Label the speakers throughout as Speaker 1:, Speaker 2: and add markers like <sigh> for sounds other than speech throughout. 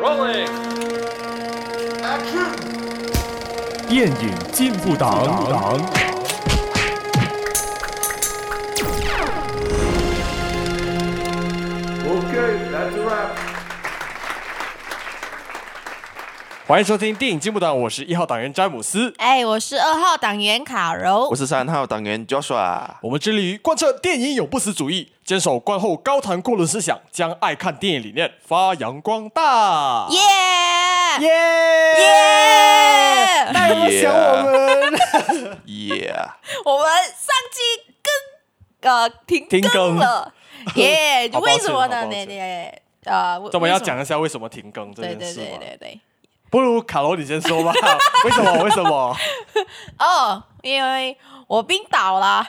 Speaker 1: Rolling，
Speaker 2: 电影进步党。
Speaker 3: Okay, that's a wrap.
Speaker 1: 欢迎收听电影进步党，我是一号党员詹姆斯。
Speaker 4: 哎，我是二号党员卡柔
Speaker 5: 我。是三号党员 Joshua。
Speaker 1: 我们致力于贯彻电影永不死主义，坚守观后高谈阔论思想，将爱看电影理念发扬光大。
Speaker 4: 耶
Speaker 1: 耶
Speaker 4: 耶！
Speaker 1: 大家都想我们 <laughs>
Speaker 5: Yeah，
Speaker 4: 我们上期更呃停
Speaker 1: 停更！
Speaker 4: 更了，
Speaker 1: <laughs>
Speaker 4: 耶
Speaker 1: 好抱
Speaker 4: 为
Speaker 1: 歉
Speaker 4: 什么呢？
Speaker 1: 好抱
Speaker 4: 你
Speaker 1: 歉
Speaker 4: 你呃，为
Speaker 1: 那我们要？
Speaker 4: 为什
Speaker 1: 讲
Speaker 4: 么
Speaker 1: 一下为什么停更这
Speaker 4: 对
Speaker 1: 件
Speaker 4: 对
Speaker 1: 事吗？
Speaker 4: 对对对。
Speaker 1: 不如卡罗你先说吧， <laughs> 为什么？为什么？
Speaker 4: 哦，因为我病倒了，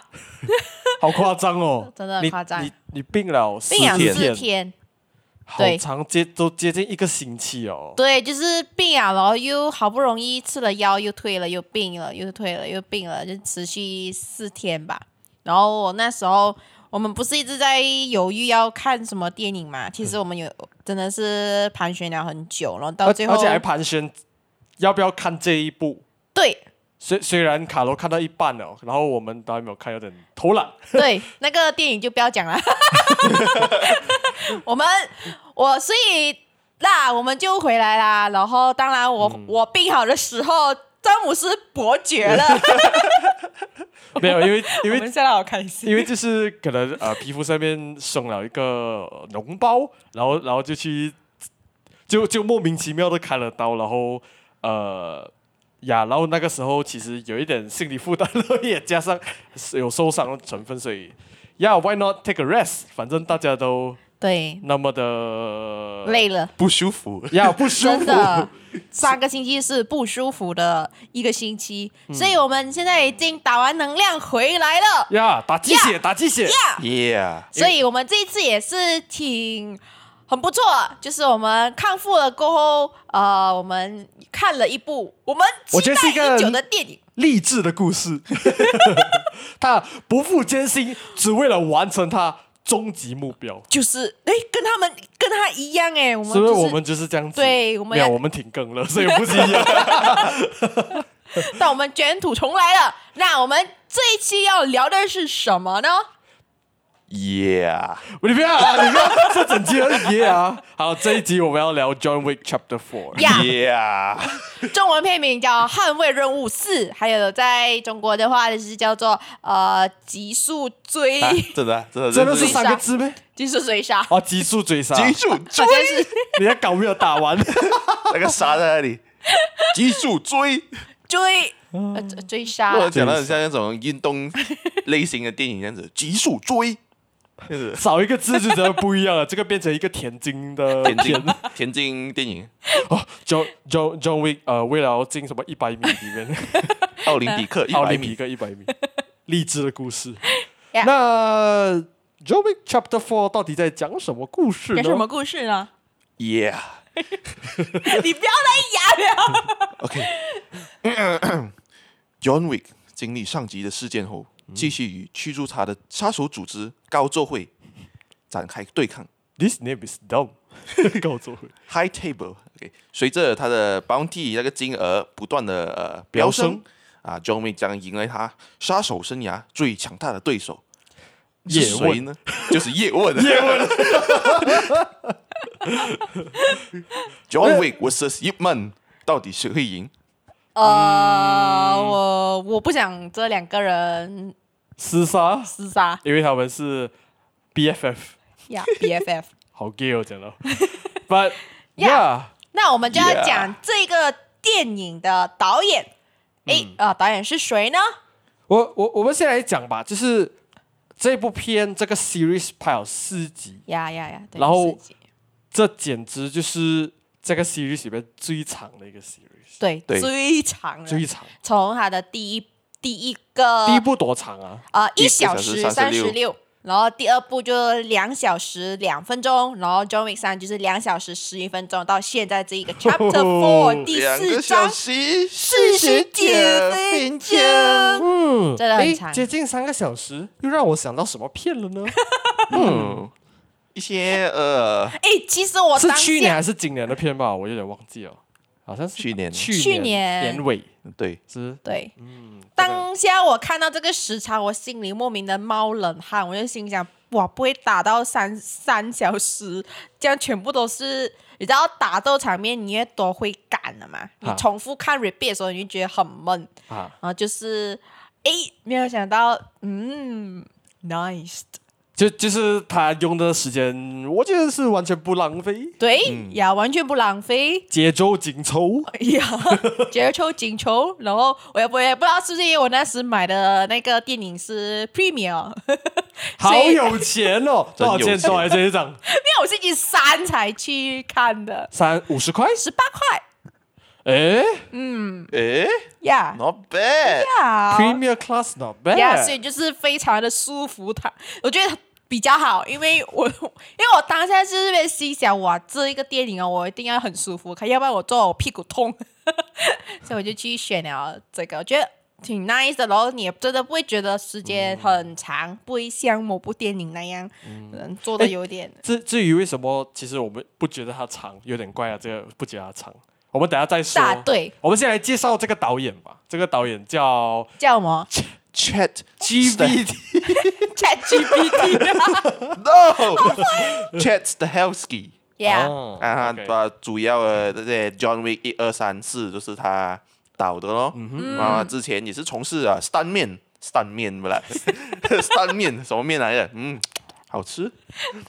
Speaker 1: 好夸张哦！
Speaker 4: 真的
Speaker 1: 你
Speaker 4: 夸张
Speaker 1: 你你病了四
Speaker 4: 病养
Speaker 1: 天，
Speaker 4: 四天。
Speaker 1: 好
Speaker 4: 对
Speaker 1: 长接都接近一个星期哦。
Speaker 4: 对，就是病养了，然后又好不容易吃了药，又退了，又病了，又退了，又病了，就持续四天吧。然后我那时候，我们不是一直在犹豫要看什么电影嘛？其实我们有真的是盘旋了很久，然后到
Speaker 1: 而
Speaker 4: 最后，
Speaker 1: 而且还盘旋，要不要看这一部？
Speaker 4: 对
Speaker 1: 虽虽然卡罗看到一半了，然后我们都还没有看，有点偷
Speaker 4: <laughs>
Speaker 1: 懒。
Speaker 4: 对，那个电影就不要讲了。 <laughs> 我们我所以那我们就回来啦。然后当然我、
Speaker 1: 嗯
Speaker 4: 我病好的时候，詹姆斯伯爵了，
Speaker 1: 没有，因为 <laughs> 因
Speaker 4: <laughs> 我
Speaker 1: 为
Speaker 4: 们现在好开
Speaker 1: <laughs>
Speaker 4: 心，
Speaker 1: 因为就是可能呃皮肤上面生了一个呃脓包，然后然后就去就就莫名其妙的开了刀，然后呃呀，然后那个时候其实有一点心理负担， <laughs> 然后也加上有受伤的成分，所以呀、yeah,，why not take a rest？反正大家都
Speaker 4: 对，
Speaker 1: 那么的
Speaker 4: 累了，
Speaker 5: 不舒服。
Speaker 1: 呀不呃舒
Speaker 4: <laughs> 真
Speaker 1: 服，
Speaker 4: 的，上个星期是不舒服的一个星期，
Speaker 1: 嗯
Speaker 4: 所以我们现在已经打完能量回来了，
Speaker 1: 呀打鸡血打鸡血
Speaker 5: Yeah，
Speaker 4: 所以我们这一次也是挺很不错，就是我们康复了过后，呃，我们看了一部我们期
Speaker 1: 我觉得是
Speaker 4: 待
Speaker 1: 一个
Speaker 4: 已久的电影，
Speaker 1: 励志的故
Speaker 4: <laughs>
Speaker 1: 事， <laughs> 他不负艰辛，只为了完成他终极目标。
Speaker 4: 就是哎，跟他们跟他一样哎，我们
Speaker 1: 所以
Speaker 4: 就是
Speaker 1: 我们就是这样子，
Speaker 4: 对我们
Speaker 1: 没有
Speaker 4: 要
Speaker 1: 我们停更了，所以不是一
Speaker 4: <laughs>
Speaker 1: 样。
Speaker 4: 但我们卷土重来了，那我们这一期要聊的是什么呢？
Speaker 5: Yeah，
Speaker 1: 你不要啊，你不要这整集而已啊。好，这一集我们要聊 John Wick Chapter Four。
Speaker 4: 呀
Speaker 5: Yeah，
Speaker 4: 中文片名叫《捍卫任务四》，还有在中国的话就是叫做呃《极速追》
Speaker 5: 啊真的啊真的
Speaker 1: <laughs> 真的是
Speaker 4: 追杀
Speaker 1: 三个字呗？
Speaker 4: <laughs> 极速追杀》，
Speaker 1: 哦，极速追杀，
Speaker 5: 激素
Speaker 4: 好
Speaker 5: 追，
Speaker 4: 像是
Speaker 1: <laughs> 你的稿没有打完，
Speaker 5: <laughs> 那个杀在那里，激素追。
Speaker 4: 追呃追追杀
Speaker 5: 我讲到很像那种运动类型的电影这样子，激素追，这样子。
Speaker 1: 少一个字就真的不一样了。这个变成一个田径的
Speaker 5: 田径，田径电影，
Speaker 1: 哦，John John John Wick，呃，为了要进什么一百米里面。
Speaker 5: 奥林匹克一
Speaker 1: 奥
Speaker 5: 百
Speaker 1: 林匹
Speaker 5: 米，
Speaker 1: 克一百米，励志的故事。
Speaker 4: <laughs> Yeah
Speaker 1: 那 John Wick Chapter Four 到底在讲什么故事呢？
Speaker 4: 讲什么故事呢？
Speaker 5: ，Yeah，
Speaker 4: 你不要再演了。
Speaker 5: OK，John Wick 经历上集的事件后，继续与驱逐他的杀手组织高作会展开对抗。
Speaker 1: ？This name is dumb 。 <laughs> 告诉我，
Speaker 5: High Table OK，随着他的 bounty 那个金额不断的呃飙升啊，John Wick 将迎来他杀手生涯最强大的对手。是
Speaker 1: 叶问
Speaker 5: 谁呢？就是叶问。 <laughs> 叶问。John Wick vs Ip Man，到底谁会赢？
Speaker 4: 嗯呃，我我不想这两个人
Speaker 1: 厮杀，
Speaker 4: 厮杀
Speaker 1: 因为他们是 BFF，
Speaker 4: <laughs> 呀 BFF。
Speaker 1: 好 gay 哦，讲
Speaker 4: <laughs>
Speaker 1: 到。But yeah，
Speaker 4: Yeah 那我们就要
Speaker 5: Yeah
Speaker 4: 讲这个电影的导演，诶，啊，导演是谁呢？
Speaker 1: 我我我们先来讲吧，就是这部片这个 series 拍了四集，
Speaker 4: 呀呀呀！对
Speaker 1: 然后
Speaker 4: 自己
Speaker 1: 这简直就是这个 series 里面最长的一个 series，
Speaker 4: 对
Speaker 5: 对
Speaker 4: 最长的
Speaker 1: 最长。
Speaker 4: 从他的第一第一个
Speaker 1: 第一部多长啊？
Speaker 4: 啊
Speaker 5: 第一
Speaker 4: 一
Speaker 5: 个
Speaker 4: 小
Speaker 5: 小时
Speaker 4: 时三十
Speaker 5: 36
Speaker 4: 六，然后第二部就两小时两分钟，然后 John Wick 三就是两小时十一分钟，到现在这一个 Chapter Four 第
Speaker 5: 两个
Speaker 4: 四
Speaker 5: 小
Speaker 4: 章，
Speaker 5: 时
Speaker 4: 49分钟
Speaker 1: 嗯，
Speaker 4: 真的很
Speaker 1: 诶
Speaker 4: 长
Speaker 1: 接近三个小时，又让我想到什么片了呢？
Speaker 5: 嗯，一些呃，
Speaker 4: 哎，其实 <laughs> 我
Speaker 1: 是
Speaker 4: 当
Speaker 1: 去年
Speaker 4: 下
Speaker 1: 还是今年的片吧？我有点忘记了，好像是
Speaker 5: 去年
Speaker 1: 去
Speaker 4: 去
Speaker 1: 年
Speaker 4: 年
Speaker 1: 年尾
Speaker 5: 对，
Speaker 1: 是
Speaker 4: 对，
Speaker 1: 嗯，
Speaker 4: 当下我看到这个时差，我心里莫名的冒冷汗，我就心想，哇，不会打到三三小时，这样全部都是，你知道打斗场面你越多会赶了嘛，你
Speaker 1: 啊
Speaker 4: 重复看 repeat 的时候你就觉得很闷，
Speaker 1: 这个啊，
Speaker 4: 然后就是，诶，没有想到，嗯，nice，
Speaker 1: 就就是他用的时间，我觉得是完全不浪费，
Speaker 4: 对呀，完全不浪费，
Speaker 1: 节奏紧凑。
Speaker 4: 呀， <laughs> 节抽紧抽，然后我也不我也不知道是不是因为我那时买的那个电影是 <laughs> Premium，
Speaker 1: 好
Speaker 4: 所以
Speaker 1: 有钱哦！多少
Speaker 5: 真有
Speaker 1: 钱？
Speaker 5: 钱
Speaker 1: 多少钱一张？
Speaker 4: 因为我星期三才去看的，
Speaker 1: 三五十块？
Speaker 4: 十八块
Speaker 1: 诶
Speaker 5: 诶
Speaker 4: 呀
Speaker 5: n o t bad，
Speaker 4: 呀
Speaker 1: p r e m i e r Class not
Speaker 5: 哎
Speaker 4: 呀，所以
Speaker 1: bad。
Speaker 4: 就是非常的舒服它，我觉得。比较好，因为我 <laughs> 因为我当下就是在心想，哇，这一个电影哦，我一定要很舒服看，要不然我坐我屁股痛， <laughs> 所以我就去选了这个，我觉得挺 nice 的。然后你也真的不会觉得时
Speaker 5: 嗯
Speaker 4: 间很长，不会像某部电影那样，嗯，做
Speaker 5: 哎
Speaker 4: 的有点
Speaker 1: 至至于为什么，其实我们不觉得它长，有点怪啊。这个不觉得它长，我们等下再说。
Speaker 4: 大对，
Speaker 1: 我们先来介绍这个导演吧。这个导演叫
Speaker 4: 叫
Speaker 5: <laughs>
Speaker 4: 什么
Speaker 5: Chat
Speaker 1: GVT，
Speaker 4: <laughs> ChatGPT，
Speaker 5: <laughs> No，Chat Stahelski
Speaker 4: 呀，
Speaker 1: 哦
Speaker 5: 啊，
Speaker 1: OK
Speaker 5: 把主要的这些 John Wick 一二三四就是他导的咯。啊，之前也是从事啊 s 面 s 面不啦 <laughs> s 面什么面来的？嗯，好吃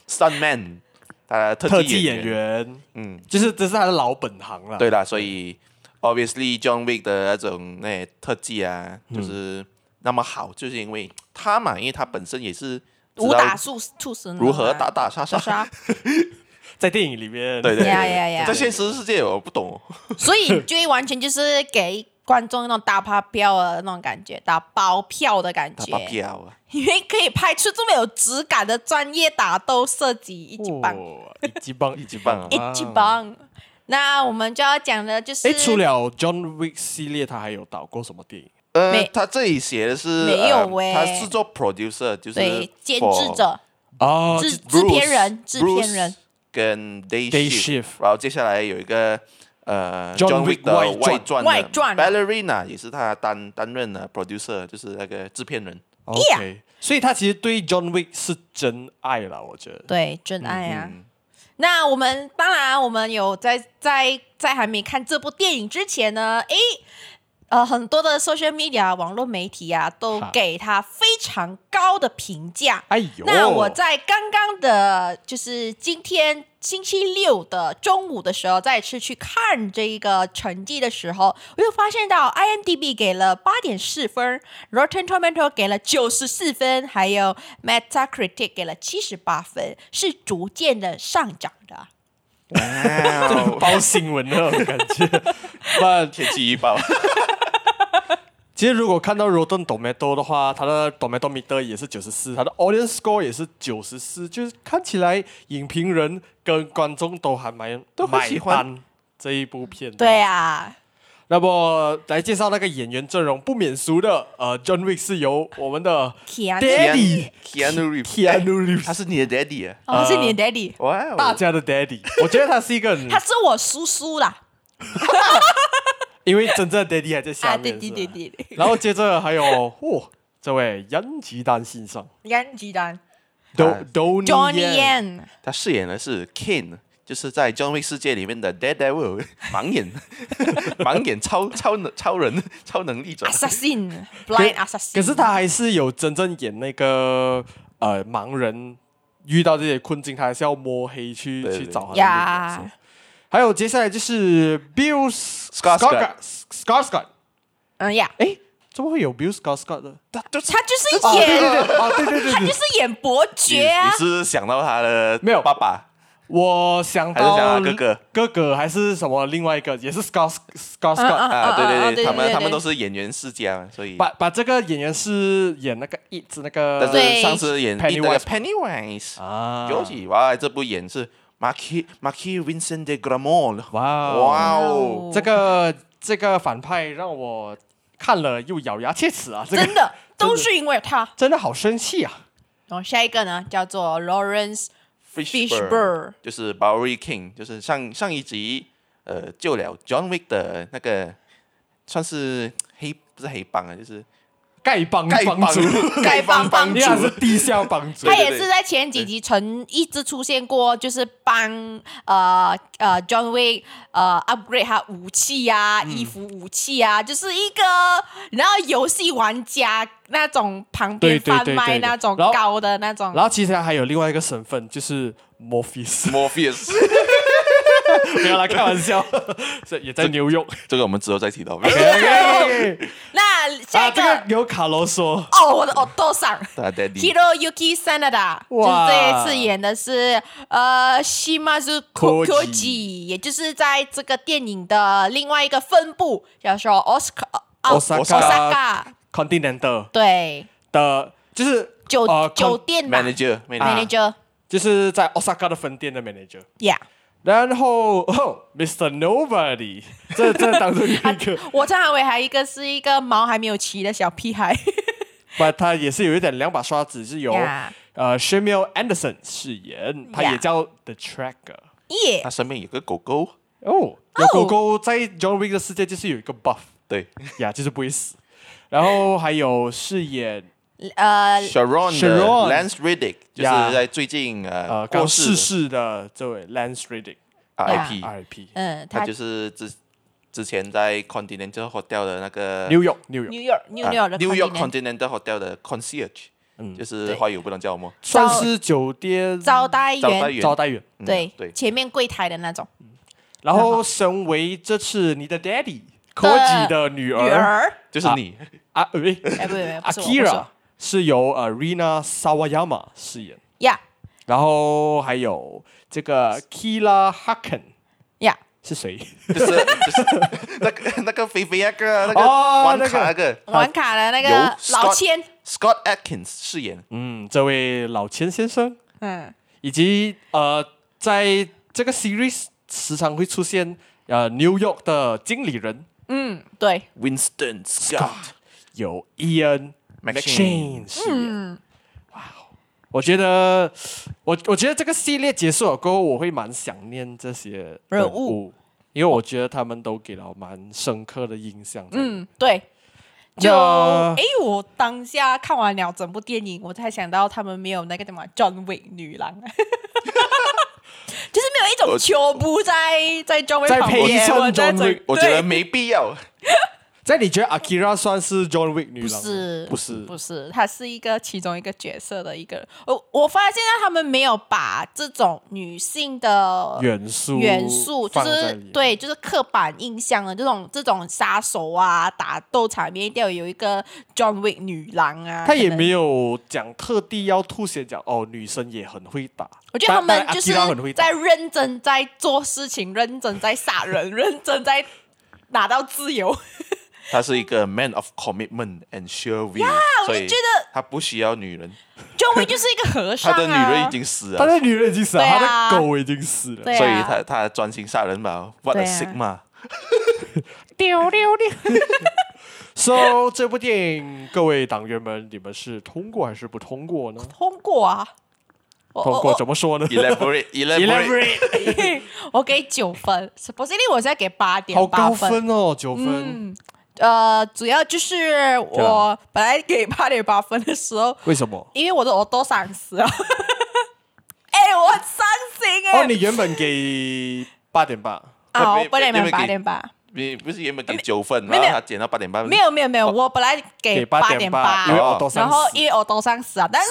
Speaker 5: s man，他的
Speaker 1: 特
Speaker 5: 特技
Speaker 1: 技
Speaker 5: 演
Speaker 1: 演
Speaker 5: 员。
Speaker 1: 员，
Speaker 5: 嗯，
Speaker 1: 就是这是他的老本行了。
Speaker 5: 对啦，所以 obviously John Wick 的那种那些特技啊，
Speaker 1: 嗯
Speaker 5: 就是那么好，就是因为他嘛，因为他本身也是知
Speaker 4: 武
Speaker 5: 道
Speaker 4: 打速速神了
Speaker 5: 如何
Speaker 4: 嘛
Speaker 5: 打打杀杀
Speaker 4: 杀。
Speaker 5: <laughs>
Speaker 4: 杀，
Speaker 1: 在电影里面，
Speaker 5: 对对对，
Speaker 4: 呀呀呀
Speaker 5: 在现实世界我不懂，
Speaker 4: 所以就会完全就是给观众那种打发票的那种感觉，打包票的感
Speaker 5: 他
Speaker 4: 觉
Speaker 5: 爸，票啊，
Speaker 4: 因为可以拍出这么有质感的专业打斗射击一级棒，
Speaker 1: 哦，一级棒，一级棒，
Speaker 5: 啊
Speaker 4: 一级。棒。那我们就要讲的就是
Speaker 1: 哎，除了 John Wick 系列，他还有导过什么电影？
Speaker 5: 呃
Speaker 4: 没，
Speaker 5: 他这里写的是
Speaker 4: 没有
Speaker 5: 呃
Speaker 4: 欸
Speaker 5: 他是做 producer，就是
Speaker 4: 对监
Speaker 5: for
Speaker 4: 制者、
Speaker 1: 哦，
Speaker 4: 制
Speaker 5: 就
Speaker 4: 制片人、
Speaker 5: Bruce-
Speaker 4: 制片人
Speaker 5: Bruce，跟 Day
Speaker 1: Day
Speaker 5: Shift，
Speaker 1: Shift
Speaker 5: 然后接下来有一个呃
Speaker 1: John Wick
Speaker 5: 的
Speaker 1: 外
Speaker 5: 外
Speaker 1: 传
Speaker 5: 传
Speaker 4: 外传啊
Speaker 5: Ballerina 也是他担担任的 producer，就是那个制片人。
Speaker 1: 哦 OK，所以他其实对 John Wick 是真爱了，我觉得。
Speaker 4: 对真爱啊。那我们当然，啊我们有在在在还没看这部电影之前呢，诶，呃，很多的 social media 网络媒体啊，都
Speaker 1: 哈
Speaker 4: 给他非常高的评价。
Speaker 1: 哎呦，
Speaker 4: 那我在刚刚的，就是今天星期六的中午的时候，再次去看这一个成绩的时候，我又发现到 IMDB 给了八点四分，Rotten Tomato 给了九十四分，还有 Metacritic 给了七十八分，是逐渐的上涨的。
Speaker 5: 哇，
Speaker 1: 包新闻那种感觉。 <laughs> 那
Speaker 5: 哦天气预报，
Speaker 1: 其实如果看到 Rotten Tomato 的话，它的 Tomato meter 也是九十四，它的 Audience Score 也是九十四，就是看起来影评人跟观众都还蛮
Speaker 5: 都很
Speaker 1: 买
Speaker 5: 喜欢
Speaker 1: 单这一部片。
Speaker 4: 对啊，
Speaker 1: 那么来介绍那个演员阵容，不免俗的，呃，John Wick 是由我们的
Speaker 4: Keanu
Speaker 1: Daddy
Speaker 5: Keanu Reeves，
Speaker 1: Keanu
Speaker 5: 哎他
Speaker 1: Reeves，
Speaker 5: 是你的 daddy 啊？
Speaker 4: 哦，是你
Speaker 1: 呃
Speaker 4: 的 Daddy，、
Speaker 5: 哇哦，
Speaker 1: 大家的 Daddy，我 <laughs> 觉得他是一个很，
Speaker 4: 他是我叔叔啦。
Speaker 1: 因为真正的 Daddy 还在下
Speaker 4: 啊，
Speaker 1: 面。
Speaker 4: 对对
Speaker 1: 是吧
Speaker 4: 对对对，
Speaker 1: 然后接着还有， <laughs> 哦，这位杨吉丹先生
Speaker 4: 杨吉丹
Speaker 1: ，Do Do
Speaker 4: ，Johnny Yan。
Speaker 5: 他饰演的是 Kane，就是在 John Wick 世界里面的 Daredevil <laughs> 盲眼，盲眼超超能超人超能力
Speaker 4: 啊
Speaker 5: 者。
Speaker 4: assassin blind assassin。
Speaker 1: 可是他还是有真正演那个呃盲人遇到这些困境，他还是要摸黑去
Speaker 5: 对对
Speaker 1: 去找他的那个角
Speaker 4: 呀
Speaker 1: 色。还有接下来就是 Bill
Speaker 5: Skarsgård
Speaker 1: Scott Scott，
Speaker 4: 嗯呀，
Speaker 1: 哎，怎么会有 Bill Scott Scott 的？他就
Speaker 4: 他就是
Speaker 1: 哦对对
Speaker 4: 演，
Speaker 1: 对，哦对对对
Speaker 4: 他
Speaker 1: 对
Speaker 4: 就，是演伯
Speaker 5: 你
Speaker 4: 爵啊
Speaker 5: 你，是想到他的
Speaker 1: 没有哦
Speaker 5: 爸爸？
Speaker 1: 我想
Speaker 5: 还是
Speaker 1: 到
Speaker 5: 想他哥哥
Speaker 1: 哥哥还是什么另外一个也是 Scott Scott
Speaker 4: 嗯
Speaker 1: Scott
Speaker 4: 嗯
Speaker 5: 啊，
Speaker 4: 啊啊
Speaker 5: 对
Speaker 4: 对
Speaker 5: 他
Speaker 4: 对
Speaker 5: 们
Speaker 4: 对
Speaker 5: 他们都是演员世家嘛，所以。
Speaker 1: 把把这个演员是演那个 It 那个
Speaker 5: 但是
Speaker 4: 对
Speaker 5: 上次演那个
Speaker 1: 呃 Pennywise
Speaker 5: Pennywise，
Speaker 1: 啊
Speaker 5: 尤其哇，这部演是 Marky Marky Vincent de Gramont，
Speaker 1: 哇哦
Speaker 5: 哇哦，
Speaker 1: 这个这个反派让我看了又咬牙切齿啊！这个
Speaker 4: 真的都是因为他。
Speaker 1: 真的好生气啊！
Speaker 4: 然后下一个呢，叫做 Lawrence
Speaker 5: Fish Bird，
Speaker 4: Fish Bird，
Speaker 5: 就是 Bowery King，就是上上一集呃救了 John Wick 的那个算是黑不是黑帮啊，就是
Speaker 1: 丐帮
Speaker 5: 丐 <laughs>
Speaker 1: 帮主， <laughs>
Speaker 4: 丐帮帮
Speaker 1: 你俩是地下帮主
Speaker 5: 对
Speaker 4: 他
Speaker 5: 对，
Speaker 4: 也是在前几集曾一直出现过，就是帮呃呃 John Wick 呃 upgrade 他武器呀、衣
Speaker 1: 嗯
Speaker 4: 服武器啊，就是一个然后游戏玩家那种旁
Speaker 1: 对
Speaker 4: 边
Speaker 1: 对对
Speaker 4: 贩卖
Speaker 1: 对对
Speaker 4: 那种
Speaker 1: 然后
Speaker 4: 高的那种
Speaker 1: 然后其实他还有另外一个身份，就是
Speaker 5: <laughs> <laughs>
Speaker 1: Morpheus，
Speaker 5: Morpheus，
Speaker 1: 没有啦，开玩笑， <laughs> 这也在纽约。
Speaker 5: <laughs> 这个我们之后再提到。
Speaker 4: 那
Speaker 1: <laughs>
Speaker 4: 下
Speaker 1: 啊，
Speaker 4: 一
Speaker 1: 这
Speaker 4: 个、
Speaker 1: 个由卡罗说，
Speaker 4: 哦，我的我都上。
Speaker 5: 大 Daddy，
Speaker 4: Hiro Yuki Sanada，就是这一次演的是呃 Shimazu
Speaker 1: Koji
Speaker 4: Koji，也就是在这个电影的另外一个分部，叫做 Oscar 啊
Speaker 1: Osaka
Speaker 4: Osaka，
Speaker 1: Continental
Speaker 4: 对，
Speaker 1: 的，就是
Speaker 4: 酒
Speaker 1: 呃
Speaker 4: 酒
Speaker 1: con-
Speaker 4: 店吧啊
Speaker 5: manager 啊 manager，
Speaker 4: manager
Speaker 1: 就是在 Osaka 的分店的 manager。
Speaker 4: yeah，
Speaker 1: 然后、哦、Mr. Nobody，这这当中有
Speaker 4: <laughs>
Speaker 1: 一个，
Speaker 4: 我常常为还一个是一个毛还没有齐的小屁孩
Speaker 1: 不，他也是有一点两把刷子，是由
Speaker 4: Yeah
Speaker 1: 呃 Samuel Anderson 饰演，他
Speaker 4: Yeah
Speaker 1: 也叫 The Tracker。
Speaker 4: 耶
Speaker 5: 他，身边有个狗狗，
Speaker 1: 哦，有狗狗在 John Wick 的世界就是有一个 buff，
Speaker 5: 对
Speaker 1: 呀，就是不会死。然后还有饰演
Speaker 4: 呃，
Speaker 5: ，Sharon 的
Speaker 1: Sharon
Speaker 5: Lance Reddick，就是
Speaker 1: 呀
Speaker 5: 在最近呃
Speaker 1: 呃
Speaker 5: 过
Speaker 1: 刚
Speaker 5: 世的 E
Speaker 1: 逝世的这位 Lance Reddick
Speaker 5: RIP，
Speaker 1: RIP。
Speaker 4: 嗯，
Speaker 5: 他
Speaker 4: 他
Speaker 5: 就是之之前在 Continental Hotel 的那个
Speaker 1: New York New
Speaker 4: New
Speaker 1: York
Speaker 4: York New York 的
Speaker 5: 啊 New York
Speaker 4: continent
Speaker 5: Continental Hotel 的 concierge，
Speaker 1: 嗯啊
Speaker 5: 就是
Speaker 4: 对
Speaker 5: 花语我不能叫什么，
Speaker 1: 算是酒店
Speaker 4: 招待
Speaker 5: 招待
Speaker 4: 员，
Speaker 5: 员，
Speaker 1: 招待员。
Speaker 5: 嗯
Speaker 4: 对
Speaker 5: 对，
Speaker 4: 前面柜台的那种
Speaker 1: 然后身为这次你的 Daddy 科技的女
Speaker 4: 女
Speaker 1: 儿
Speaker 4: 儿，
Speaker 5: 就是
Speaker 1: <laughs>
Speaker 5: 你，
Speaker 1: 啊，喂
Speaker 4: 哎，不不不，不是我不是
Speaker 1: ，Akira
Speaker 4: 我
Speaker 1: 是由呃 Rina Sawayama 饰演，
Speaker 4: ，yeah
Speaker 1: 然后还有这个 Kila Haken
Speaker 4: yeah。
Speaker 1: 是谁？ <laughs>
Speaker 5: 就是就是那个 <laughs> 那个肥肥那个那个
Speaker 1: 哦
Speaker 5: 玩
Speaker 1: 那个
Speaker 5: 卡那个
Speaker 4: 玩卡的那
Speaker 5: 由
Speaker 4: 个
Speaker 5: Scott-
Speaker 4: 老千，
Speaker 5: Scott Atkins 饰演，
Speaker 1: 嗯，这位老钱先生，
Speaker 4: 嗯，
Speaker 1: 以及呃，在这个 series 时常会出现呃 New York 的经理人
Speaker 4: 嗯对，
Speaker 5: Winston Scott，
Speaker 1: 有 Ian
Speaker 5: McShane
Speaker 1: McShane 饰演。哇哦，我觉得我我觉得这个系列结束了过后，我会蛮想念这些
Speaker 4: 人
Speaker 1: 物
Speaker 4: 物。
Speaker 1: 因为我觉得他们都给了我蛮深刻的印象。嗯，
Speaker 4: 嗯，对。就
Speaker 1: 那
Speaker 4: 诶，我当下看完了整部电影，我才想到他们没有那个什么 John Wick 女郎， <laughs> 就是没有一种秋布在在 John Wick
Speaker 1: 在
Speaker 4: 旁
Speaker 1: 陪
Speaker 4: 边，
Speaker 1: 衬
Speaker 4: 我在
Speaker 1: John
Speaker 4: 整
Speaker 1: Wick，
Speaker 5: 我觉得
Speaker 4: 对
Speaker 5: 没必要，
Speaker 1: 在你觉得 Akira 算是 John Wick 女
Speaker 4: 不
Speaker 1: 郎吗？
Speaker 4: 是
Speaker 1: 不是
Speaker 4: 不是，她是一个其中一个角色的一个人。我我发现他们没有把这种女性的
Speaker 1: 元素
Speaker 4: 元素，就
Speaker 1: 放在
Speaker 4: 是
Speaker 1: 里面
Speaker 4: 对，就是刻板印象啊的这种这种杀手啊、打斗场面，一定要有一个 John Wick 女郎啊。
Speaker 1: 他也
Speaker 4: 可能
Speaker 1: 没，有讲特地要凸显讲哦，女生也很会打。
Speaker 4: 我觉得他
Speaker 1: 当然
Speaker 4: 们就
Speaker 1: Akira 很会
Speaker 4: 是
Speaker 1: 打
Speaker 4: 在认真在做事情，认真在杀人，认真在拿到自由。 <laughs>
Speaker 5: 他是一个 man of commitment and sure will，所以
Speaker 4: 觉得
Speaker 5: 他不需要女人，
Speaker 4: John Wick 就是一个和尚
Speaker 5: 他的
Speaker 4: 啊，
Speaker 5: 女人已经死
Speaker 1: 他
Speaker 5: 了，
Speaker 1: 的女人已经死了，
Speaker 4: 对啊
Speaker 1: 他的狗已经死了。
Speaker 4: 对啊
Speaker 5: 所以他他专心杀人吧，what a
Speaker 4: 对啊
Speaker 5: sigma。 <laughs>
Speaker 4: 丢丢丢。
Speaker 1: So 这部电影，各位党员们，你们是通过还是不通过呢？
Speaker 4: 通过啊，我
Speaker 1: 通过
Speaker 4: 我
Speaker 1: 怎么说呢 <laughs>
Speaker 5: Elaborate, 哦 elaborate，
Speaker 4: 我我给九分，supposedly 我现在给八点
Speaker 1: 好
Speaker 4: 八
Speaker 1: 高分哦，九分。
Speaker 4: 呃，主要就是
Speaker 1: 对啊
Speaker 4: 我本来给八点八分的时候，
Speaker 1: 为什么？
Speaker 4: 因为我的耳朵闪失了。 <laughs> 哎、我很伤心哎、
Speaker 1: 哦，你原本给八点八，
Speaker 4: 啊，
Speaker 5: 没
Speaker 4: 我本来
Speaker 5: 没没
Speaker 4: 没有
Speaker 5: 给
Speaker 4: 八点八，
Speaker 5: 你不是原本给九分，
Speaker 4: 没
Speaker 5: 然
Speaker 4: 有
Speaker 5: 后他减到八点八分，
Speaker 4: 没有没有没有，我本来
Speaker 1: 给
Speaker 4: 给
Speaker 1: 八
Speaker 4: 点
Speaker 1: 八，因为
Speaker 5: 哦
Speaker 1: 我都上
Speaker 4: 然后
Speaker 1: 死
Speaker 4: 因为耳朵上死啊，但是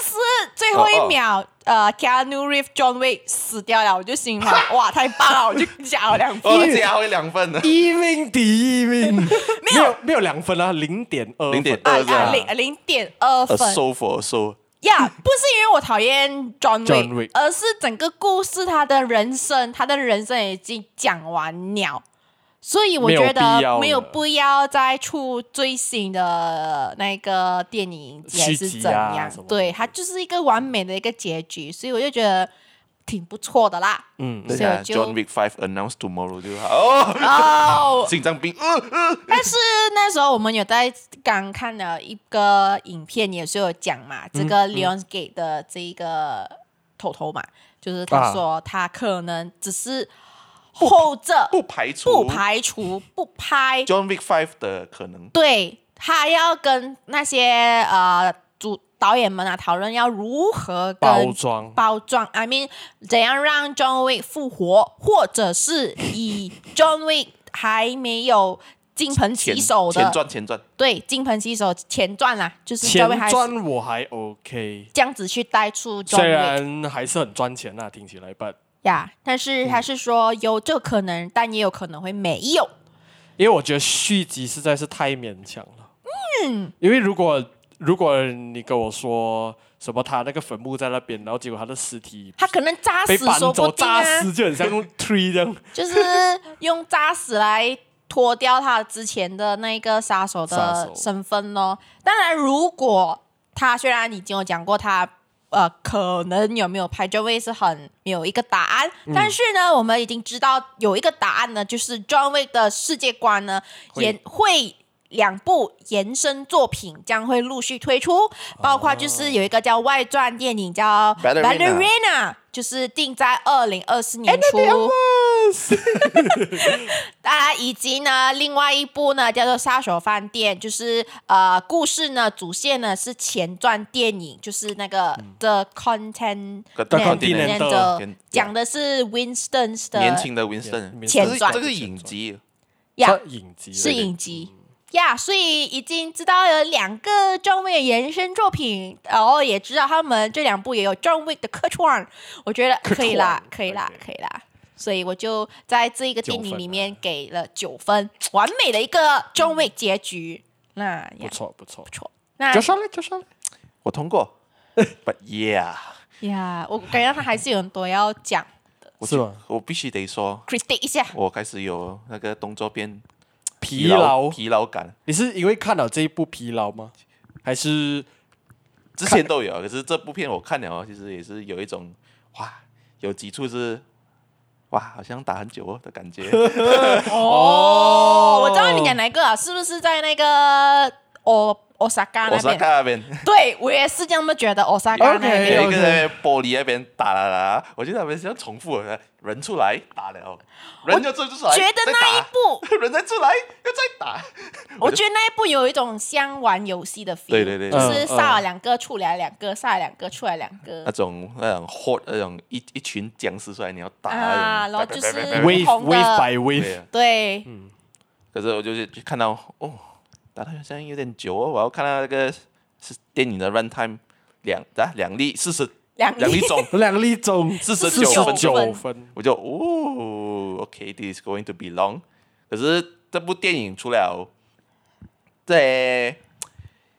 Speaker 4: 最后
Speaker 5: 哦哦
Speaker 4: 一秒，呃，Keanu Reeves John Wick 死掉了，我就心想，哇，太棒了，我就加了两
Speaker 5: 哦，
Speaker 4: 分。
Speaker 5: 加回两分呢。
Speaker 1: 一命抵一命，没有没有两分啊，零点二分，
Speaker 5: 0.2
Speaker 4: 啊
Speaker 5: 这样
Speaker 4: 啊，零零点二
Speaker 5: A
Speaker 4: 分，
Speaker 5: soul for a soul，
Speaker 4: 呀不是因为我讨厌 John
Speaker 1: John
Speaker 4: Wick，,
Speaker 1: Wick
Speaker 4: 而是整个故事他的人生，他的人生已经讲完了，所以我
Speaker 1: 没
Speaker 4: 觉
Speaker 1: 有必要了
Speaker 4: 得没有必要再出最新的那个电影也
Speaker 1: 续
Speaker 4: 是
Speaker 1: 集
Speaker 4: 怎
Speaker 1: 啊
Speaker 4: 样，
Speaker 1: 什么的
Speaker 4: 对，它就是一个完美的一个结局，所以我就觉得挺不错的啦。
Speaker 1: 嗯，
Speaker 5: 等
Speaker 4: 所
Speaker 5: 一
Speaker 4: 以我
Speaker 5: 下
Speaker 4: 就
Speaker 5: 啊，John Wick Five announce tomorrow 就好。
Speaker 1: <laughs>
Speaker 5: 哦，
Speaker 4: 哦，
Speaker 5: 心脏病，
Speaker 4: <laughs>
Speaker 5: 呃呃
Speaker 4: 但是那时候我们有在刚看
Speaker 5: 嗯
Speaker 4: 了一个影片，也是有讲嘛，这个 Leon's Gate 的这一个。口头嘛，就是
Speaker 5: 啊
Speaker 4: 他说他可能只是后着
Speaker 5: 不排除
Speaker 4: 不排除不拍，
Speaker 5: John Wick Five 的可能。
Speaker 4: 对他要跟那些呃主导演们啊讨论要如何跟
Speaker 1: 包装
Speaker 4: 包装，I mean 怎样让 John Wick 复活，或者是以 John Wick 还没有金盆
Speaker 5: 钱
Speaker 4: 洗手
Speaker 5: 钱
Speaker 4: 的，
Speaker 5: 赚钱赚，
Speaker 4: 对金盆洗手前传啦、就是
Speaker 1: 钱
Speaker 4: John Wick 还是
Speaker 1: 赚我还 OK，
Speaker 4: 这样子去带出 John
Speaker 1: 虽
Speaker 4: Wick
Speaker 1: 然还是很赚钱啦，听起来，but
Speaker 4: 呀但是
Speaker 1: 嗯
Speaker 4: 他是说有这可能，但也有可能会没有。
Speaker 1: 因为我觉得续集实在是太勉强了。嗯，因为如果如果你跟我说什么他那个坟墓在那边，然后结果他的尸体
Speaker 4: 他可能扎
Speaker 1: 被
Speaker 4: 死
Speaker 1: 搬
Speaker 4: 说不
Speaker 1: 走
Speaker 4: 定啊，
Speaker 1: 炸死，就很像 tree 这样。
Speaker 4: 就是用扎死来脱掉他之前的那个杀手
Speaker 1: 杀
Speaker 4: 的
Speaker 1: 手
Speaker 4: 身份咯。当然，如果他虽然已经有讲过他呃可能有没有拍 John Wick 是很没有一个答案，但是呢，我们已经知道有一个答案呢，就是 John Wick 的世界观呢
Speaker 1: 会
Speaker 4: 延会。两部延伸作品将会陆续推
Speaker 5: 哦
Speaker 4: 出，包括就是有一个叫外传电影叫《
Speaker 5: Ballerina 哎
Speaker 4: Ballerina》，就是定在二零二四年初。 <laughs> 当然，以及呢，另外一部呢叫做《杀手饭店》，就是呃，故事呢主线呢是前传电影，就是那个、The
Speaker 5: 嗯
Speaker 4: Content
Speaker 5: The
Speaker 1: Continental
Speaker 4: Continental，
Speaker 5: Yeah
Speaker 4: 讲的是 Winston 的
Speaker 5: 年轻的 Winston，
Speaker 1: Yeah，
Speaker 5: 这是
Speaker 4: 前传
Speaker 5: 这个影集，
Speaker 4: 呀
Speaker 1: 算影集
Speaker 4: 是影集。呀所以已经知道有两个 John Wick 的延伸作品，然后也知道他们这两部也有 John Wick 的客串，我觉得可以啦，
Speaker 1: 客串
Speaker 4: 可以啦
Speaker 1: OK
Speaker 4: 可以啦。所以我就在这一个电
Speaker 1: 九
Speaker 4: 影
Speaker 1: 分
Speaker 4: 里
Speaker 1: 啊
Speaker 4: 面给了九分，完美的一个 John Wick 结局。那
Speaker 1: 不
Speaker 4: 呀，
Speaker 1: 错不错
Speaker 4: 不。错。那
Speaker 1: 就上来就上来，
Speaker 5: 我通
Speaker 1: <laughs>
Speaker 5: 过。But yeah，
Speaker 4: 呀，我感觉他还是有很多要讲
Speaker 5: 我
Speaker 1: 是吗？
Speaker 5: 我必须得说，
Speaker 4: critic 一下。
Speaker 5: 我开始有那个动作片
Speaker 1: 疲劳。
Speaker 5: 疲劳感，
Speaker 1: 你是因为看了这一部疲劳吗？还是
Speaker 5: 之前都有，可是这部片我看了，其实也是有一种哇，有几处是哇，好像打很久哦的感觉。
Speaker 4: 哦，我知道你讲哪一个了，是不是在那个 O Osaka
Speaker 5: 我
Speaker 4: 那
Speaker 5: 是看
Speaker 4: 边？
Speaker 5: 那边。
Speaker 4: 对，我也是这么觉得。Osaka 那
Speaker 1: OK
Speaker 4: 边
Speaker 5: 有一个在玻璃那边打啦啦，我觉得他们是要重复的，人出来打了，人要出出来，
Speaker 4: 觉得
Speaker 5: 再
Speaker 4: 那一
Speaker 5: 打
Speaker 4: 部，
Speaker 5: <laughs> 人再出来又再打，
Speaker 4: 我觉得那一部有一种像玩游戏的 feel，
Speaker 5: 对对对
Speaker 4: 就
Speaker 1: 嗯
Speaker 4: 是杀了两个出来两个，杀了两个出来两
Speaker 5: 那
Speaker 4: 个
Speaker 5: 种那种 hot 那种一一群僵尸出来你要打
Speaker 4: 啊，
Speaker 5: 那
Speaker 4: 然
Speaker 5: 种
Speaker 4: 后就是
Speaker 1: ？Wave
Speaker 4: 不同
Speaker 1: wave
Speaker 4: 的
Speaker 1: by
Speaker 5: 对
Speaker 1: wave，
Speaker 5: 啊，
Speaker 4: 对，
Speaker 5: 可是我就是就看到哦，打到好像有点久哦，我要看到那个是电影的 runtime 两啊两粒四十
Speaker 4: 两
Speaker 5: 两粒钟，
Speaker 1: 两粒钟
Speaker 5: 四十
Speaker 1: 九
Speaker 5: 九分
Speaker 4: 九
Speaker 1: 九
Speaker 4: 分
Speaker 1: 分，
Speaker 5: 我就哦，OK，this、is going to be long。可是这部电影除了在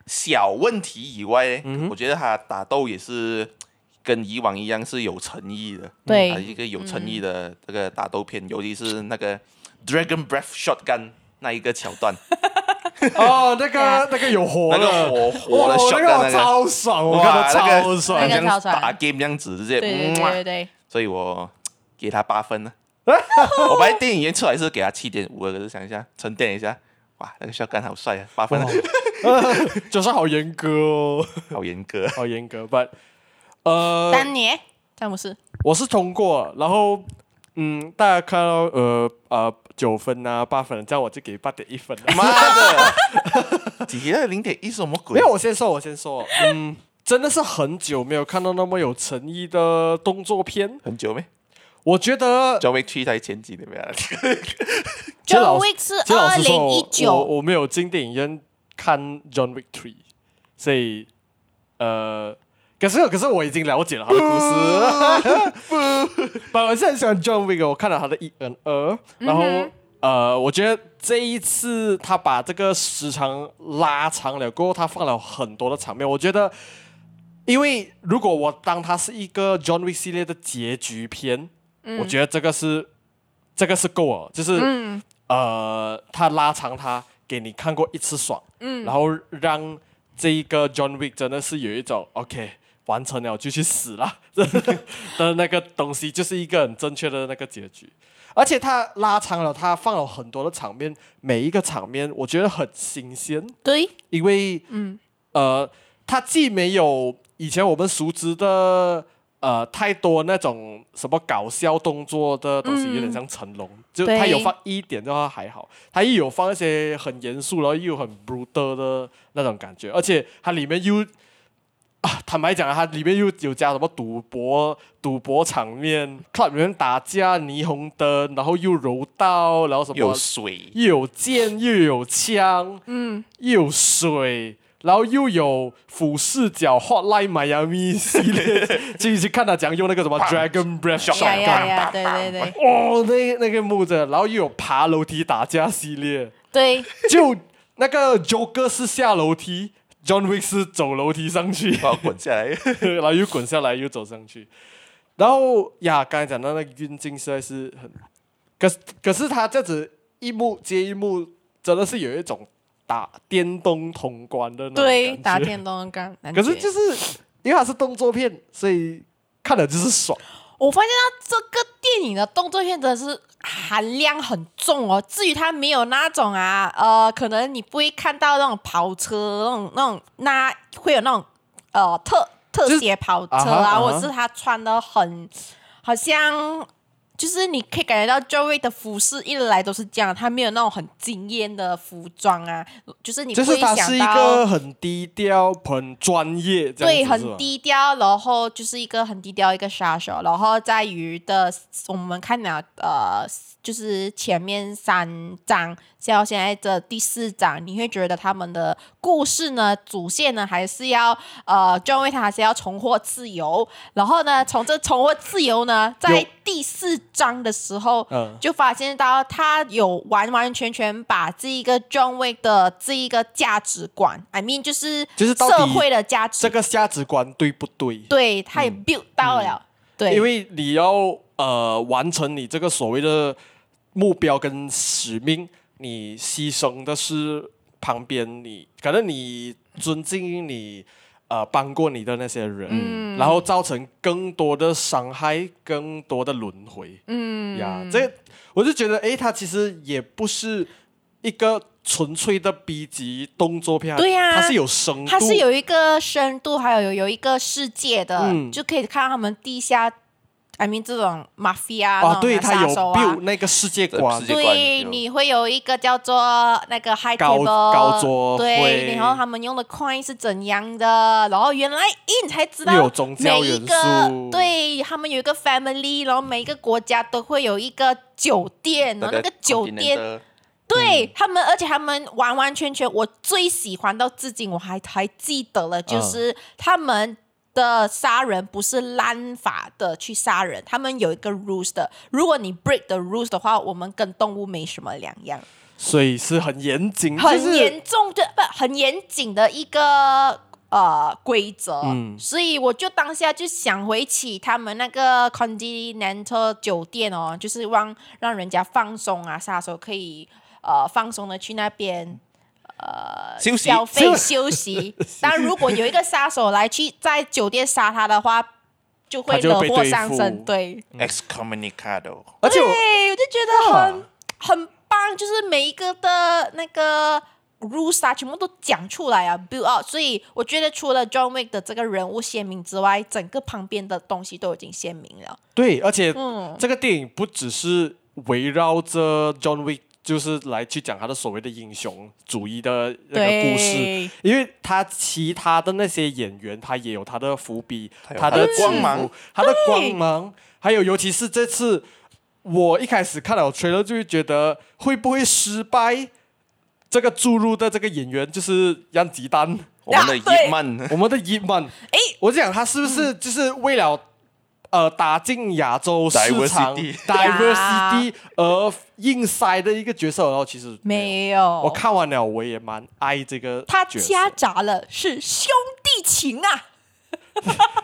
Speaker 5: 小问题以外，
Speaker 4: 嗯
Speaker 5: 我觉得他打斗也是跟以往一样是有诚意的，
Speaker 4: 对嗯
Speaker 5: 啊一个有诚意的这个打斗片，尤其是那个 Dragon Breath Shotgun 那一个桥段，
Speaker 1: 哦，那
Speaker 4: <laughs> 对啊
Speaker 1: 个那个有火
Speaker 5: 那个
Speaker 1: 了，
Speaker 5: 火火的
Speaker 1: 哇
Speaker 5: shotgun
Speaker 1: 那个
Speaker 5: 那
Speaker 1: 我
Speaker 5: 个。
Speaker 1: 超爽，我看
Speaker 5: 哇，
Speaker 1: 到
Speaker 5: 那
Speaker 1: 超
Speaker 5: 个
Speaker 1: 爽
Speaker 5: 好，
Speaker 4: 那个
Speaker 5: 像
Speaker 4: 超爽
Speaker 5: 打 game 这样子，直接，
Speaker 4: 对对对
Speaker 5: 嗯
Speaker 4: 对对，
Speaker 5: 所以我给他八分呢。 <laughs> 我本来电影院出来是给他七点五的，可是想一下，沉淀一下，哇，那个小干好帅啊，八分啊，
Speaker 1: 就算好严格哦，
Speaker 5: <laughs> 好严格。
Speaker 1: 好严格，but
Speaker 5: 嗯
Speaker 1: 呃，
Speaker 4: 丹尼詹姆斯，
Speaker 1: 我是通过，然后嗯，大家看到呃呃九分啊八分，这样我就给八点一分了。啊
Speaker 5: 妈的，几个零点一什么鬼
Speaker 1: <laughs> 没有，？我先说，我先说，嗯，真的是很久没有看到那么有诚意的动作片，
Speaker 5: 很久没
Speaker 1: 我觉得。
Speaker 5: ，John Wick 去才前几年没啊来，
Speaker 1: 其实
Speaker 4: John
Speaker 1: 老
Speaker 4: Wick 是
Speaker 1: 其实老
Speaker 4: 二
Speaker 1: 实说，
Speaker 4: 零
Speaker 1: 我
Speaker 4: 一
Speaker 1: 我
Speaker 4: 九，
Speaker 1: 我没有进电影院看 John Wick Three，所以呃，可是可是我已经了解了他的故事。 <laughs> 不，我是很喜欢 John Wick，的我看了他的一跟二，然后、
Speaker 4: 嗯
Speaker 1: 呃，我觉得这一次他把这个时长拉长了，过后他放了很多的场面，我觉得。因为如果我当它是一个 John Wick 系列的结局片，
Speaker 4: 嗯
Speaker 1: 我觉得这个是这个是够了，就是、呃，他拉长它给你看过一次爽，然后让这一个 John Wick 真的是有一种 OK 完成了就去死啦 <laughs> 的那个东西，就是一个很正确的那个结局。而且他拉长了，他放了很多的场面，每一个场面我觉得很新鲜。
Speaker 4: 对，
Speaker 1: 因为嗯呃，它既没有以前我们熟知的呃太多那种什么搞笑动作的东西，有点像成龙，就
Speaker 4: 对
Speaker 1: 他有放一点的话还好，他又有放一些很严肃，然后又有很 brutal 的那种感觉，而且它里面又啊，坦白讲啊，它里面又有加什么赌博、赌博场面、club 里面打架、霓虹灯，然后又柔道，然后什么
Speaker 5: 有水，
Speaker 1: 又有剑又有枪，
Speaker 4: 嗯，
Speaker 1: 又有水，然后又有俯视角 Hotline Miami 系列，就去看他讲用那个什么 Dragon Breath
Speaker 4: 呀
Speaker 1: shotgun，
Speaker 4: 呀呀，对对对
Speaker 1: 哦，那那个木着，然后又有爬楼梯打架系列，
Speaker 4: 对，
Speaker 1: 就那个 Joker 是下楼梯，John Wick 是走楼梯上去，
Speaker 5: 把我滚下来。
Speaker 1: <laughs> 然后又滚下来又走上去，然后呀，刚才讲到那个运镜实在是很，可是可是他这样子一幕接一幕，真的是有一种打电动通关的那种
Speaker 4: 对
Speaker 1: 感觉
Speaker 4: 打电动的感感觉
Speaker 1: 可是就是因为它是动作片，所以看了就是爽。
Speaker 4: 我发现到这个电影的动作片真的是含量很重哦。至于它没有那种啊，呃，可能你不会看到那种跑车那种那种那会有那种呃特特写跑车
Speaker 1: 啊哈啊
Speaker 4: 啊，
Speaker 1: 哈
Speaker 4: 或者是他穿的很好像。就是你可以感觉到 Joey 的服饰一来都是这样，他没有那种很惊艳的服装啊，就是你不
Speaker 1: 就是
Speaker 4: 会
Speaker 1: 它
Speaker 4: 想到
Speaker 1: 是一个很低调、很专业这
Speaker 4: 对，
Speaker 1: 样子，是吧
Speaker 4: 很。低调，然后就是一个很低调一个杀手，然后在于的我们看了呃，就是前面三章，到现在这第四章，你会觉得他们的故事呢，主线呢还是要呃，John w 他还是要重获自由，然后呢，从这重获自由呢，在
Speaker 1: 有
Speaker 4: 第四章的时候，
Speaker 1: 嗯
Speaker 4: 就发现到他有完完全全把这一个 John Wick 的这一个价值观，I mean 就是
Speaker 1: 就是到底
Speaker 4: 社会的价值
Speaker 1: 这个价值观对不对？
Speaker 4: 对，他也 build 到了，对，
Speaker 1: 嗯因为你要呃完成你这个所谓的目标跟使命，你牺牲的是旁边你可能你尊敬你呃帮过你的那些人，
Speaker 4: 嗯
Speaker 1: 然后造成更多的伤害，更多的轮回。嗯呀，这我就觉得诶，它其实也不是一个纯粹的 B 级动作片，啊
Speaker 4: 对呀
Speaker 1: 它是有深度，
Speaker 4: 它是有一个深度，还有有有一个世界的，
Speaker 1: 嗯
Speaker 4: 就可以看到他们地下，I mean 这种 mafia 那
Speaker 1: 啊，
Speaker 4: 种
Speaker 1: 对，
Speaker 4: 的
Speaker 1: 它有
Speaker 4: 杀手啊
Speaker 1: build。那个世界
Speaker 5: 这
Speaker 1: 观
Speaker 5: 世。界观
Speaker 4: 对，
Speaker 5: 有
Speaker 4: 你会有一个叫做那个
Speaker 1: 哦
Speaker 4: high
Speaker 1: 高
Speaker 4: table，
Speaker 1: 高桌
Speaker 4: 对，
Speaker 1: 会
Speaker 4: 然后他们用的 coin 是怎样的，然后原来，咦，你才知道
Speaker 1: 又有宗教
Speaker 4: 每一
Speaker 1: 元
Speaker 4: 个
Speaker 1: 素
Speaker 4: 对他们有一个 family，然后每一个国家都会有一个酒店， <laughs> 然后那个酒店
Speaker 5: Continental
Speaker 4: 对、他们，而且他们完完全全，我最喜欢到至今我还还记得了，就是他们的杀人不是滥法的去杀人，他们有一个 rules 的，如果你 break the rules 的话，我们跟动物没什么两样，
Speaker 1: 所以是很严谨，
Speaker 4: 很严重的不很严谨的一个。呃，规则，
Speaker 1: 嗯
Speaker 4: 所以我就当下就想回起他们那个 Continental 酒店哦，就是让让人家放松啊，杀手可以呃放松的去那边呃
Speaker 5: 休息
Speaker 4: 消费
Speaker 1: <laughs>
Speaker 4: 休息。但如果有一个杀手来去在酒店杀他的话，就会
Speaker 1: 他就
Speaker 4: 惹
Speaker 1: 会被
Speaker 4: 祸
Speaker 1: 对
Speaker 4: 上
Speaker 1: 付
Speaker 4: 身。对，
Speaker 5: excommunicado，
Speaker 4: 啊
Speaker 1: 而且我
Speaker 4: 对，我就觉得很、
Speaker 1: 啊
Speaker 4: 很棒，就是每一个的那个 rules 啊，全部都讲出来啊，build out。所以我觉得除了 John Wick 的这个人物鲜明之外，整个旁边的东西都已经鲜明了。
Speaker 1: 对，而且
Speaker 4: 嗯
Speaker 1: 这个电影不只是围绕着 John Wick，就是来去讲他的所谓的英雄主义的那个故事，
Speaker 4: 对，
Speaker 1: 因为他其他的那些演员，他也有他的伏笔，
Speaker 5: 有
Speaker 1: 他
Speaker 5: 他的
Speaker 1: 起
Speaker 5: 光
Speaker 1: 伏
Speaker 5: 芒，
Speaker 1: 他的光芒，还有尤其是这次，我一开始看了 trailer 就会觉得会不会失败。这个注入的这个演员就是让吉丹，
Speaker 5: 我们的
Speaker 4: 对
Speaker 5: 伊曼，
Speaker 1: <laughs> 我们的伊曼，哎，我就想他是不是
Speaker 4: 嗯
Speaker 1: 就是为了呃打进亚洲市场
Speaker 5: Diversity
Speaker 1: <laughs> diversity 而硬塞的一个角色？然后其实有，
Speaker 4: 没有，
Speaker 1: 我看完了我也蛮爱这个
Speaker 4: 他
Speaker 1: 角
Speaker 4: 夹
Speaker 1: 色，
Speaker 4: 杂了是兄弟情啊！
Speaker 5: <laughs>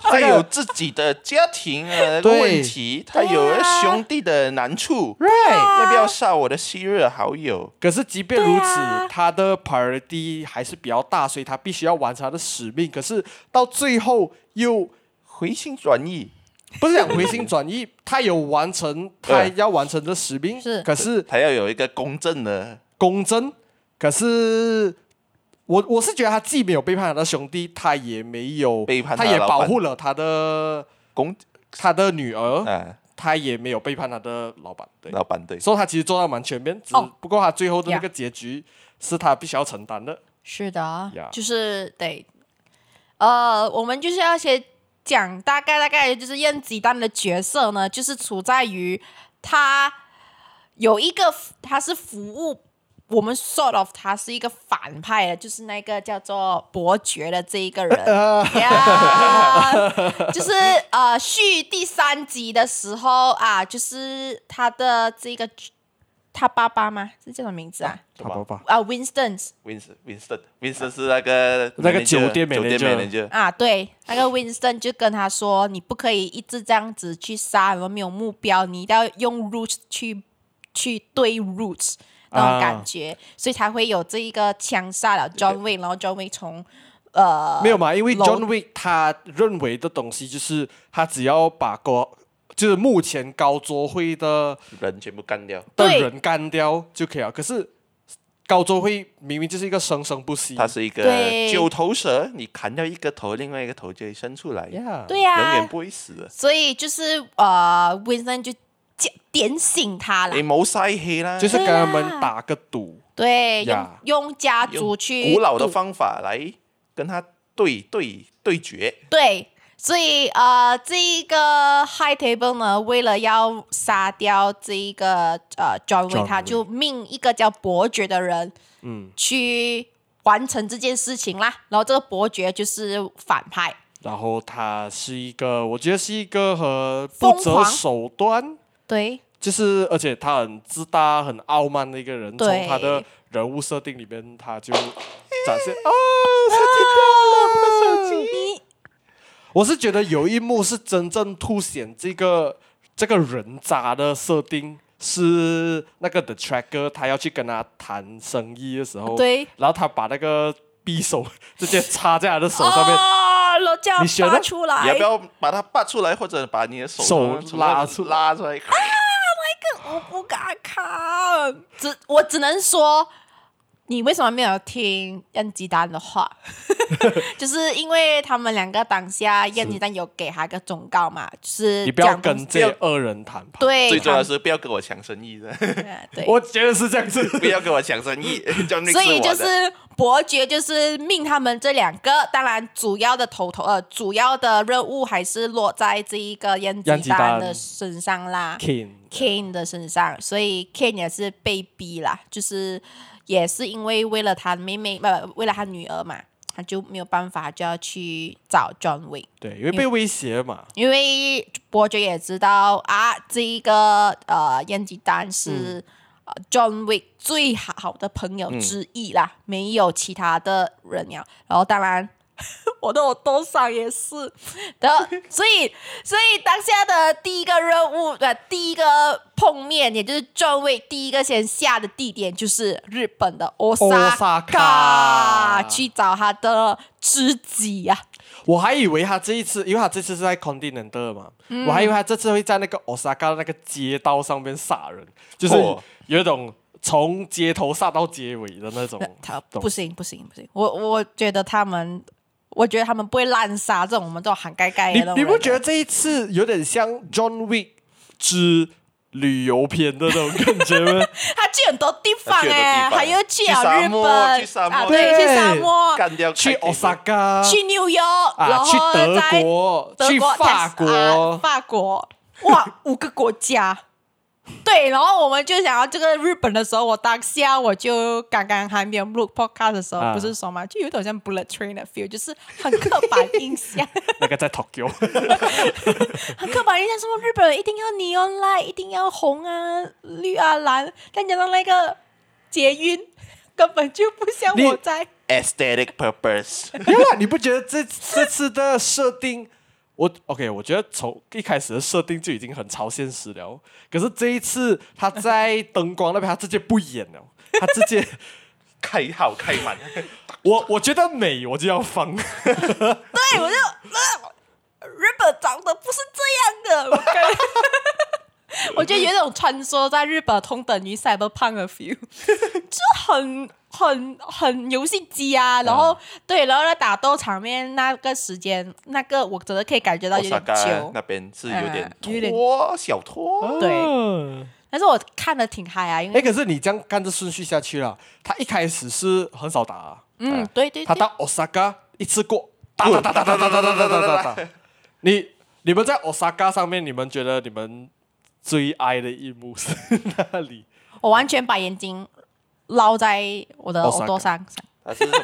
Speaker 5: 他有自己的家庭呃的
Speaker 1: 对
Speaker 5: 问题，
Speaker 4: 啊
Speaker 5: 他有兄弟的难处，
Speaker 1: 对。
Speaker 5: 要不要杀我的昔日好友？
Speaker 1: 可是即便如此，
Speaker 4: 对啊
Speaker 1: 他的 priority 还是比较大，所以他必须要完成他的使命。可是到最后又
Speaker 5: 回心转意，
Speaker 1: 不是讲回心转
Speaker 4: <laughs>
Speaker 1: 意，他有完成他
Speaker 5: 对
Speaker 1: 要完成的使命，
Speaker 4: 是
Speaker 1: 可是
Speaker 5: 他要有一个公正的，
Speaker 1: 公正，可是我我是觉得他既没有背叛他的兄弟，他也没有
Speaker 5: 背叛他
Speaker 1: 他
Speaker 5: 的
Speaker 1: 也
Speaker 5: 老板
Speaker 1: 保护了他的
Speaker 5: 公
Speaker 1: 他的女儿，
Speaker 5: 啊，
Speaker 1: 他也没有背叛他的老板，哦对，
Speaker 5: 老板对，
Speaker 1: 所以他其实做到蛮全面，只
Speaker 4: 哦
Speaker 1: 不过他最后的那
Speaker 4: 呀
Speaker 1: 个结局是他必须要承担的。
Speaker 4: 是的
Speaker 1: Yeah
Speaker 4: 就是得，呃，我们就是要先讲大概大概，就是燕子丹的角色呢，就是处在于他有一个服他是服务我们 sort of 他是一个反派的，就是那个叫做伯爵的这一个人 Yeah，就是呃续第三集的时候啊，就是他的这个他爸爸吗？是叫什么名字啊？
Speaker 1: 他爸爸，
Speaker 4: 啊，Winston。
Speaker 5: Winston Winston Winston 是那个
Speaker 1: 那个
Speaker 5: manager，
Speaker 1: 酒店
Speaker 5: 酒店
Speaker 1: manager
Speaker 5: manager，
Speaker 4: 啊，对，那个 Winston 就跟他说，你不可以一直这样子去杀，然后没有目标，你一定要用 roots 去去对 roots 那种感觉，
Speaker 5: 啊
Speaker 4: 所以才会有这一个枪杀了 John Wick，然后 John Wick 从
Speaker 5: 啊
Speaker 4: 呃
Speaker 1: 没有嘛？因为
Speaker 4: 楼
Speaker 1: John Wick 他认为的东西就是他只要把高，就是目前高桌会的
Speaker 5: 人全部干掉，
Speaker 1: 的
Speaker 4: 对
Speaker 1: 人干掉就可以了。可是高桌会明明就是一个生生不息，
Speaker 5: 他是一个
Speaker 4: 对
Speaker 5: 九头蛇，你砍掉一个头，另外一个头就会伸出来，永
Speaker 1: Yeah
Speaker 4: 对呀、
Speaker 5: 远不会死的。
Speaker 4: 所以就是呃 Winston 就叫点醒他了
Speaker 5: 你，冇晒黑啦，
Speaker 1: 就是跟
Speaker 4: 对啊
Speaker 1: 他们打个赌。
Speaker 4: 对，
Speaker 1: 呀
Speaker 4: 用用家族
Speaker 5: 用
Speaker 4: 去
Speaker 5: 古老的
Speaker 4: 赌
Speaker 5: 方法来跟他对对对决，
Speaker 4: <laughs> 对，所以呃，这一个 High Table 呢，为了要杀掉这一个呃
Speaker 1: John
Speaker 4: John Wick，他
Speaker 1: Wick
Speaker 4: 就命一个叫伯爵的人，嗯，去完成这件事情啦。然后这个伯爵就是反派，
Speaker 1: 然后他是一个，我觉得是一个很不
Speaker 4: 疯
Speaker 1: 择
Speaker 4: 狂
Speaker 1: 手段，
Speaker 4: 对
Speaker 1: 就是而且他很自大、很傲慢的一个人。从
Speaker 4: 对
Speaker 1: 他的人物设定里面，他就展现啊，嗯
Speaker 4: 啊，你
Speaker 1: 我是觉得有一幕是真正凸显这个这个人渣的设定，是那个 The Tracker 他要去跟他谈生意的时候，
Speaker 4: 对
Speaker 1: 然后他把那个匕首 <laughs> 直接插在他的手上面，
Speaker 4: 啊，然后这样
Speaker 1: 你学
Speaker 4: 拔
Speaker 1: 的
Speaker 4: 出来，
Speaker 5: 你要不要把它拔出来，或者把你的手
Speaker 1: 手
Speaker 5: 从
Speaker 1: 拉
Speaker 5: 拉
Speaker 1: 出
Speaker 5: 拉出来？
Speaker 4: 我不敢看，只我只能说，你为什么没有听燕吉丹的话？就是因为他们两个当下，燕吉丹有给他个忠告嘛，就是
Speaker 1: 你不要
Speaker 4: 讲东
Speaker 1: 跟
Speaker 4: 西
Speaker 1: 这恶人谈判。，
Speaker 4: 对，
Speaker 5: 最重要的
Speaker 4: 哎他
Speaker 5: 是不要跟我抢生意的，
Speaker 4: 们对，
Speaker 1: 我觉得是这样子。
Speaker 5: <laughs> 不要跟我抢生意， <laughs> 叫那
Speaker 4: 所以就
Speaker 5: 我的。
Speaker 4: 是伯爵就是命他们这两个，当然主要的头头呃主要的任务还是落在这一个燕
Speaker 1: 燕
Speaker 4: 吉
Speaker 1: 吉丹
Speaker 4: 的身上啦。
Speaker 1: King，
Speaker 4: Kane 的身上，所以 Kane 也是被逼啦，就是也是因为为了他妹妹，不、为了他女儿嘛，他就没有办法，就要去找 John Wick，
Speaker 1: 对，因为被威胁嘛，
Speaker 4: 因为伯爵也知道啊，这一个呃燕吉丹是、呃 John Wick 最好好的朋友之一啦，没有其他的人了。然后当然。 <laughs> 我的我多少也是的， <laughs> 所以所以当下的第一个任务，呃，第一个碰面，也就是 John Wick 第一个先下的地点就是日本的欧萨
Speaker 1: Osaka
Speaker 4: 去找他的知己啊呀、
Speaker 1: 我还以为他这一次，因为他这次是在 Continental 嘛，
Speaker 4: 嗯
Speaker 1: 我还以为他这次会在那个 Osaka 的那个街道上面杀人，就是
Speaker 5: 哦
Speaker 1: 有一种从街头杀到街尾的那种
Speaker 4: 那。 <laughs> 他
Speaker 1: 哦懂
Speaker 4: 不行不行不行，我我觉得他们，我觉得他们不会滥杀这种我们这种喊盖盖的
Speaker 1: 你
Speaker 4: 那种
Speaker 1: 你不
Speaker 4: 人啊
Speaker 1: 觉得这一次有点像 John Wick 之旅游片的那种感觉
Speaker 4: <laughs>
Speaker 1: 吗？
Speaker 4: 他去很多地方
Speaker 5: 他去很多地
Speaker 4: 哎、
Speaker 5: 方
Speaker 4: 还又去
Speaker 5: 去
Speaker 4: 了
Speaker 5: 沙
Speaker 4: 日
Speaker 5: 漠
Speaker 4: 本
Speaker 5: 去沙
Speaker 4: 啊，
Speaker 5: 漠
Speaker 4: 对，去
Speaker 1: 对
Speaker 4: 沙漠，
Speaker 5: 干掉
Speaker 1: 去 Osaka，
Speaker 4: 去纽约，然
Speaker 1: 啊，
Speaker 4: 后
Speaker 1: 去德
Speaker 4: 在
Speaker 1: 国，
Speaker 4: 德
Speaker 1: 去
Speaker 4: 国、
Speaker 1: 法
Speaker 4: Texas- 啊
Speaker 1: 国，
Speaker 4: 法国，哇， <laughs> 五个国家。对，然后我们就想要这个日本的时候，我当下我就刚刚还没有录 podcast 的时候，
Speaker 1: 啊
Speaker 4: 不是说嘛，就有点像 bullet train 的 feel，就是很刻板印象，
Speaker 1: <laughs> 那个在 Tokyo。
Speaker 4: 很刻板印象，什么日本人一定要 neon light，一定要红啊、绿啊、蓝，再加上那个捷运， <laughs> 根本就不像
Speaker 1: 你
Speaker 4: 我在。
Speaker 5: aesthetic purpose，
Speaker 4: <laughs>
Speaker 1: 没有啦，你不觉得这这次的设定，我 OK，我觉得从一开始的设定就已经很超现实了。可是这一次他在灯光那边，他直接不演了，他直接， <laughs>
Speaker 5: 开好开 <laughs> 满，
Speaker 1: 我我觉得美我就要放，
Speaker 4: 对，我就、呃、日本长得不是这样的，我感觉， <laughs> 我觉得有一种穿梭在日本同等于 cyberpunk 的 feel，就很很很游戏机啊，
Speaker 5: 嗯
Speaker 4: 然后、对，然后在打斗场面那个时间，那个我真的可以感觉到有点
Speaker 5: Osaka
Speaker 4: 久
Speaker 5: 那，边是有点
Speaker 4: 嗯有点啊
Speaker 5: 拖小拖，
Speaker 4: 对
Speaker 1: 对。
Speaker 4: 但是我看的挺嗨啊，因
Speaker 1: 哎，
Speaker 4: 为
Speaker 1: 可是你这样看着顺序下去了，他一开始是很少打啊，
Speaker 4: 嗯，对对
Speaker 1: 他
Speaker 4: 对，
Speaker 1: 到 Osaka 一次过打打打打打打打打打打打。你你们在 Osaka 上面，你们觉得你们最爱的一幕是哪里？
Speaker 4: 我完全把眼睛捞在我的
Speaker 1: Osaka
Speaker 4: 耳朵上。
Speaker 5: 还是什
Speaker 4: <laughs>
Speaker 5: 么？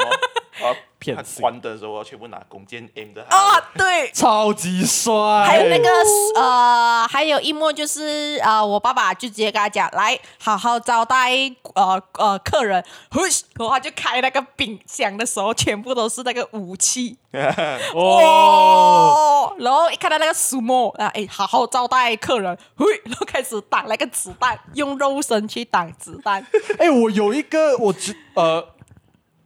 Speaker 5: 啊，
Speaker 1: 骗
Speaker 5: 他
Speaker 1: 子
Speaker 5: 关的时候全部拿弓箭 aim 的
Speaker 4: 啊，对，
Speaker 1: 超级帅，
Speaker 4: 还有那个呃，还有一幕就是呃，我爸爸就直接跟他讲，来好好招待呃呃客人，然后他就开那个冰箱的时候，全部都是那个武器
Speaker 1: 哦，
Speaker 4: 哦，然后一看到那个 sumo 啊，哎，好好招待客人，嘿，然后开始挡那个子弹，用肉身去挡子弹，
Speaker 1: 哎，我有一个，我觉呃，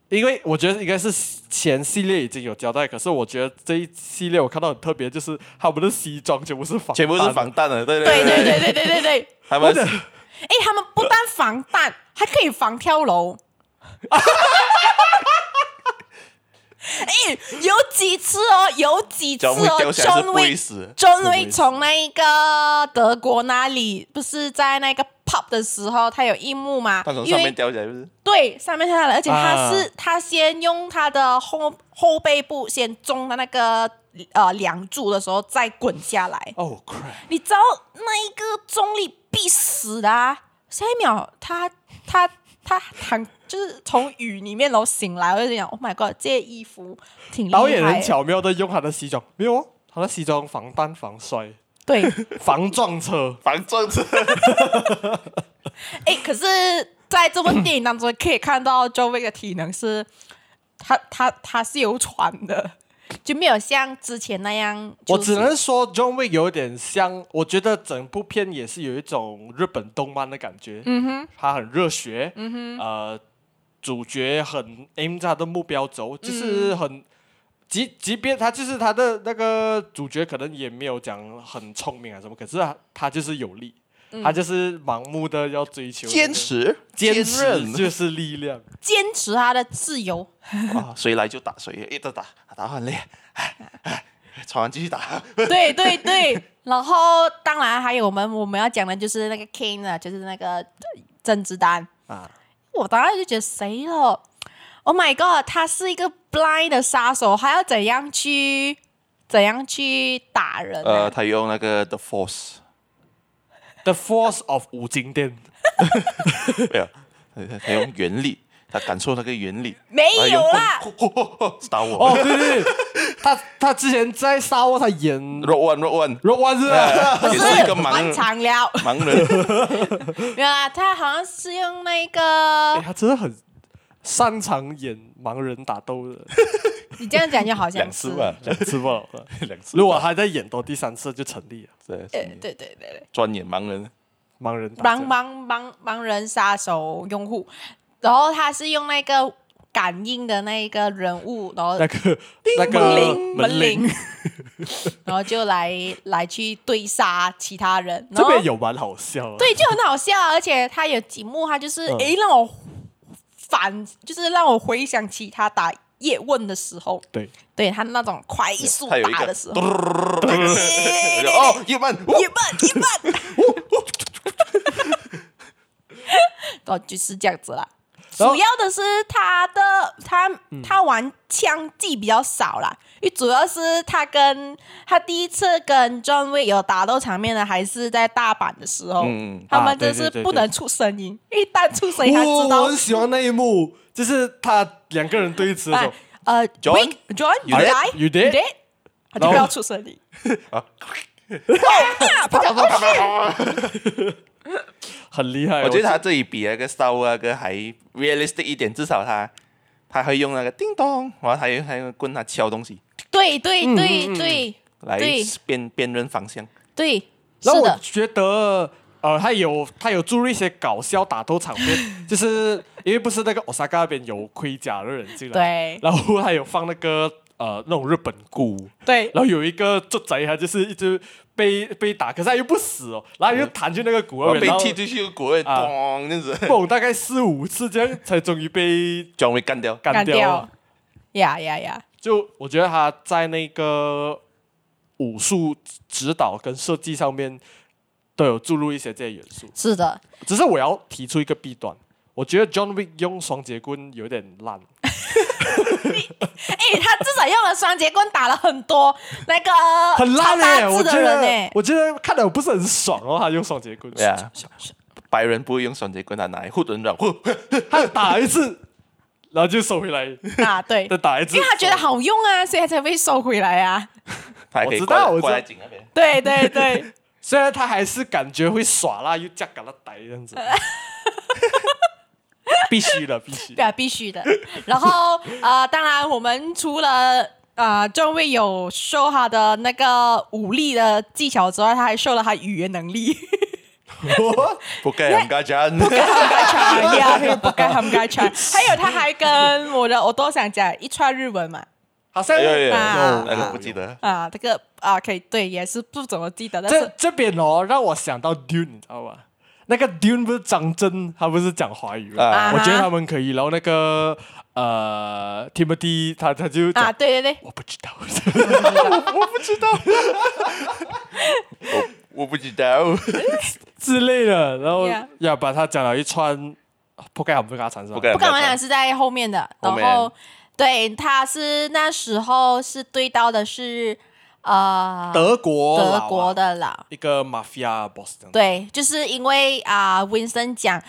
Speaker 1: 因为我觉得应该是前系列已经有交代，可是我觉得这一系列我看到很特别，就是他们的西装全部是仿，
Speaker 5: 全部是防，弹的，对
Speaker 4: 对
Speaker 5: 对
Speaker 4: 对对，对对对对，
Speaker 5: 他们
Speaker 4: 哎，他们不但防弹，还可以防跳
Speaker 5: <laughs>
Speaker 4: 楼。哎，有几次哦，有几次
Speaker 5: 脚会
Speaker 4: 哦
Speaker 5: 掉下来是
Speaker 4: ，John
Speaker 5: 不会
Speaker 4: Wick。
Speaker 5: 死，
Speaker 4: John
Speaker 1: 是会
Speaker 4: Wick 从那个德国那里，不是在那个 pub 的时候，他有一幕嘛？
Speaker 5: 他从
Speaker 4: 因
Speaker 5: 上
Speaker 4: 为
Speaker 5: 面掉下来不是？
Speaker 4: 对，上面跳下来，而且他
Speaker 1: 啊
Speaker 4: 是、他先用他的后后背部先中到那个呃梁柱的时候，再滚下来。
Speaker 1: 哦，crap，
Speaker 4: 你知道那一个中力必死的、啊，下一秒他他他躺就是从雨里面然后醒来，我就想，Oh my god，这衣服挺厉害。
Speaker 1: 导演很，巧妙的用他的西装，没有哦，他的西装防弹、防摔、
Speaker 4: 对，
Speaker 1: 防撞车，
Speaker 5: 防撞车，
Speaker 4: 哎，可是在这部电影当中可以看到 Joe Wick 的体能是，他他他是有喘的，就没有像之前那样、
Speaker 1: 我
Speaker 4: 就是
Speaker 1: 只能说 John Wick 有点像，我觉得整部片也是有一种日本动漫的感觉。嗯哼，他很热血。嗯哼，呃，主角很 aim 着他的目标走，就是很。即即便他就是他的那个主角，可能也没有讲很聪明啊什么，可是他他就是有力，他就是盲目的要追求那个
Speaker 5: <laughs> 坚，持，
Speaker 1: 坚
Speaker 5: 韧
Speaker 1: 持就是力量。
Speaker 4: 坚持他的自由。
Speaker 5: 哇，啊谁来就打谁，一直打，打很累，哎吵完继续打，
Speaker 4: 对对对，然后当然还有我们我们要讲的就是那个 King 啊，就是那个甄子丹
Speaker 1: 啊
Speaker 4: 我当时就觉得谁了？Oh my god，他是一个 blind 的杀手，还要怎样去怎样去打人、啊？
Speaker 5: 呃，他用那个 The Force，
Speaker 1: The force of 五金店，
Speaker 5: 没有，他用原力，他感受那个原力，
Speaker 4: 没有啦，
Speaker 5: 打我
Speaker 1: 哦，对对对，他他之前在沙窝他演
Speaker 5: ，Rock One Rock
Speaker 1: Rock One 是吧
Speaker 5: 不 One，也是一个
Speaker 4: 换
Speaker 5: 盲
Speaker 4: 场了， <laughs>
Speaker 5: 盲人，
Speaker 4: 没有啦，他好像是用那个
Speaker 1: <laughs> 哎，他真的很擅长演盲人打斗的，
Speaker 4: 你这样讲就好像是，
Speaker 5: 吧，
Speaker 1: 两次不好
Speaker 5: <laughs>
Speaker 1: 了。
Speaker 5: 两次，
Speaker 1: 如果他再演到第三次就成立了，
Speaker 4: 呃
Speaker 5: 对，，
Speaker 4: 对对对对。
Speaker 5: 专演盲人，
Speaker 1: 盲人打
Speaker 4: 盲
Speaker 1: 架
Speaker 4: 盲盲盲人杀手用户，然后他是用那个感应的那一个人物，然后
Speaker 1: 那个那
Speaker 4: 门
Speaker 1: 个
Speaker 4: 铃门铃，然后就来 <laughs> 来去对杀其他人，然
Speaker 1: <laughs> 这
Speaker 4: 后
Speaker 1: 边有蛮好笑的，
Speaker 4: 对就很好笑，而且他有几幕他就是
Speaker 1: 嗯
Speaker 4: 诶、让我反，就是让我回想起他打叶问的时候，
Speaker 1: 对，
Speaker 4: 对他那种快速
Speaker 5: 他有一
Speaker 4: 打
Speaker 5: 个
Speaker 4: 的时候，
Speaker 5: 哦，一般，
Speaker 4: 一半一
Speaker 1: <laughs>
Speaker 4: 半， <laughs> 哦，就是这样子啦。主
Speaker 1: 然后嗯
Speaker 4: 要的是他的他他玩枪技比较少啦，因为主要是他跟他第一次跟 John Wick 有打斗场面的，还是在大阪的时候，
Speaker 5: 嗯
Speaker 4: 他
Speaker 1: 啊
Speaker 4: 们
Speaker 1: 对
Speaker 4: 就是
Speaker 1: 对对
Speaker 4: 不
Speaker 1: 啊对
Speaker 4: 能出声音，一旦出声音他知
Speaker 1: 我
Speaker 4: 道
Speaker 1: 哦我很喜欢那一幕，就是他两个人对峙的时
Speaker 4: 哎
Speaker 1: 候，
Speaker 4: 呃
Speaker 5: John？
Speaker 4: Wick John
Speaker 5: You
Speaker 4: you
Speaker 5: dead?
Speaker 4: die
Speaker 1: You dead?
Speaker 4: 他就
Speaker 1: 然后啊
Speaker 4: 不要出声
Speaker 1: <laughs>
Speaker 4: 音。啊
Speaker 1: 很厉害。哦
Speaker 5: 我觉得他这里比那个 Star Wars 那个还 realistic 一点，至少他他会用那个叮咚，然后他用他用棍他敲东西
Speaker 4: 对对对
Speaker 1: 嗯嗯
Speaker 4: 对
Speaker 5: 来
Speaker 4: 对
Speaker 5: 辨辨认方向。
Speaker 4: 对，是
Speaker 1: 然后我
Speaker 4: 的，
Speaker 1: 觉得，呃，他有他有注入一些搞笑打斗场面， <laughs> 就是因为不是那个 Osaka 那边有盔甲的人进来，
Speaker 4: 对
Speaker 1: 然后他有放那个呃呃那种日本鼓，
Speaker 4: 对，
Speaker 1: 然后有一个做贼，他就是一直被被打，可是他又不死哦，然后又弹去那个鼓那
Speaker 5: 嗯哦
Speaker 1: 边，
Speaker 5: 被
Speaker 1: 然后
Speaker 5: 踢出去国外，
Speaker 1: 啊
Speaker 5: 咚，这样子，
Speaker 1: 蹦大概四五次这样，才终于被
Speaker 5: 专门干掉。
Speaker 1: 干掉。哦
Speaker 4: 掉，呀呀呀，
Speaker 1: 就我觉得他在那个武术指导跟设计上面都有注入一些这些元素，
Speaker 4: 是的，
Speaker 1: 只是我要提出一个弊端，我觉得 John Wick 用双节棍有点烂。
Speaker 4: 呃哎，他至少用了双节棍打了很多那个
Speaker 1: 很烂
Speaker 4: 超
Speaker 1: 哎、
Speaker 4: 大
Speaker 1: 我
Speaker 4: 只
Speaker 1: 觉
Speaker 4: 的人
Speaker 1: 得
Speaker 4: 哎，
Speaker 1: 我觉得看的我不是很爽哦，他用双节棍，
Speaker 5: 对啊，白人不会用双节棍，他 <laughs> 拿来护人软，呼
Speaker 1: 他打一次，然后就收回来，
Speaker 4: 啊，对，
Speaker 1: 再打一次，哦
Speaker 4: 因为他觉得
Speaker 1: 收回来，
Speaker 4: 好用啊，所以他才会收回来啊，
Speaker 5: 他还可以
Speaker 1: 我知道
Speaker 5: 挂
Speaker 1: 我知道
Speaker 5: 挂在井那边。
Speaker 4: 对对对，
Speaker 1: 虽然他还是感觉会耍啦，又加嘎啦呆这
Speaker 4: <laughs>
Speaker 1: 样子，必须的，必须
Speaker 4: 对啊，必须的。然后呃，当然我们除了呃中尉有 show 他的那个武力的技巧之外，他还 show 了他语言能力。
Speaker 5: 不该人家讲， <laughs>
Speaker 4: 不该穿哎呀，还有不该他们该穿， <laughs> 还有他还跟我的我都想讲一串日文嘛
Speaker 1: 好像
Speaker 5: 哎呦哎呦
Speaker 4: 啊
Speaker 5: 那个不记得。
Speaker 4: 啊，这个啊可以对，也是不怎么记
Speaker 5: 哎
Speaker 4: 得，但
Speaker 1: 这
Speaker 4: 是
Speaker 1: 这边哦，让我想到 Dune，你知道吧？那个 Dune 不是张震，他不是讲华语吗？
Speaker 5: 啊
Speaker 4: 啊
Speaker 1: 我觉得他们可以。然后那个呃，Timothy 他他就讲、
Speaker 4: 啊，对对对，
Speaker 1: 我不知道， <laughs>
Speaker 5: 我不知道，
Speaker 1: 之类的，然后
Speaker 4: Yeah
Speaker 1: 呀，把他讲了一串，啊不该很不该缠是吧？
Speaker 5: 不该
Speaker 4: 不敢玩讲是在后面的，然
Speaker 5: 后面
Speaker 4: 后对他是那时候是对到的是呃
Speaker 1: 德国佬啊，
Speaker 4: 德国的啦，
Speaker 1: 一个 mafia boss 这样子
Speaker 4: 对，就是因为啊、w i n s o n 讲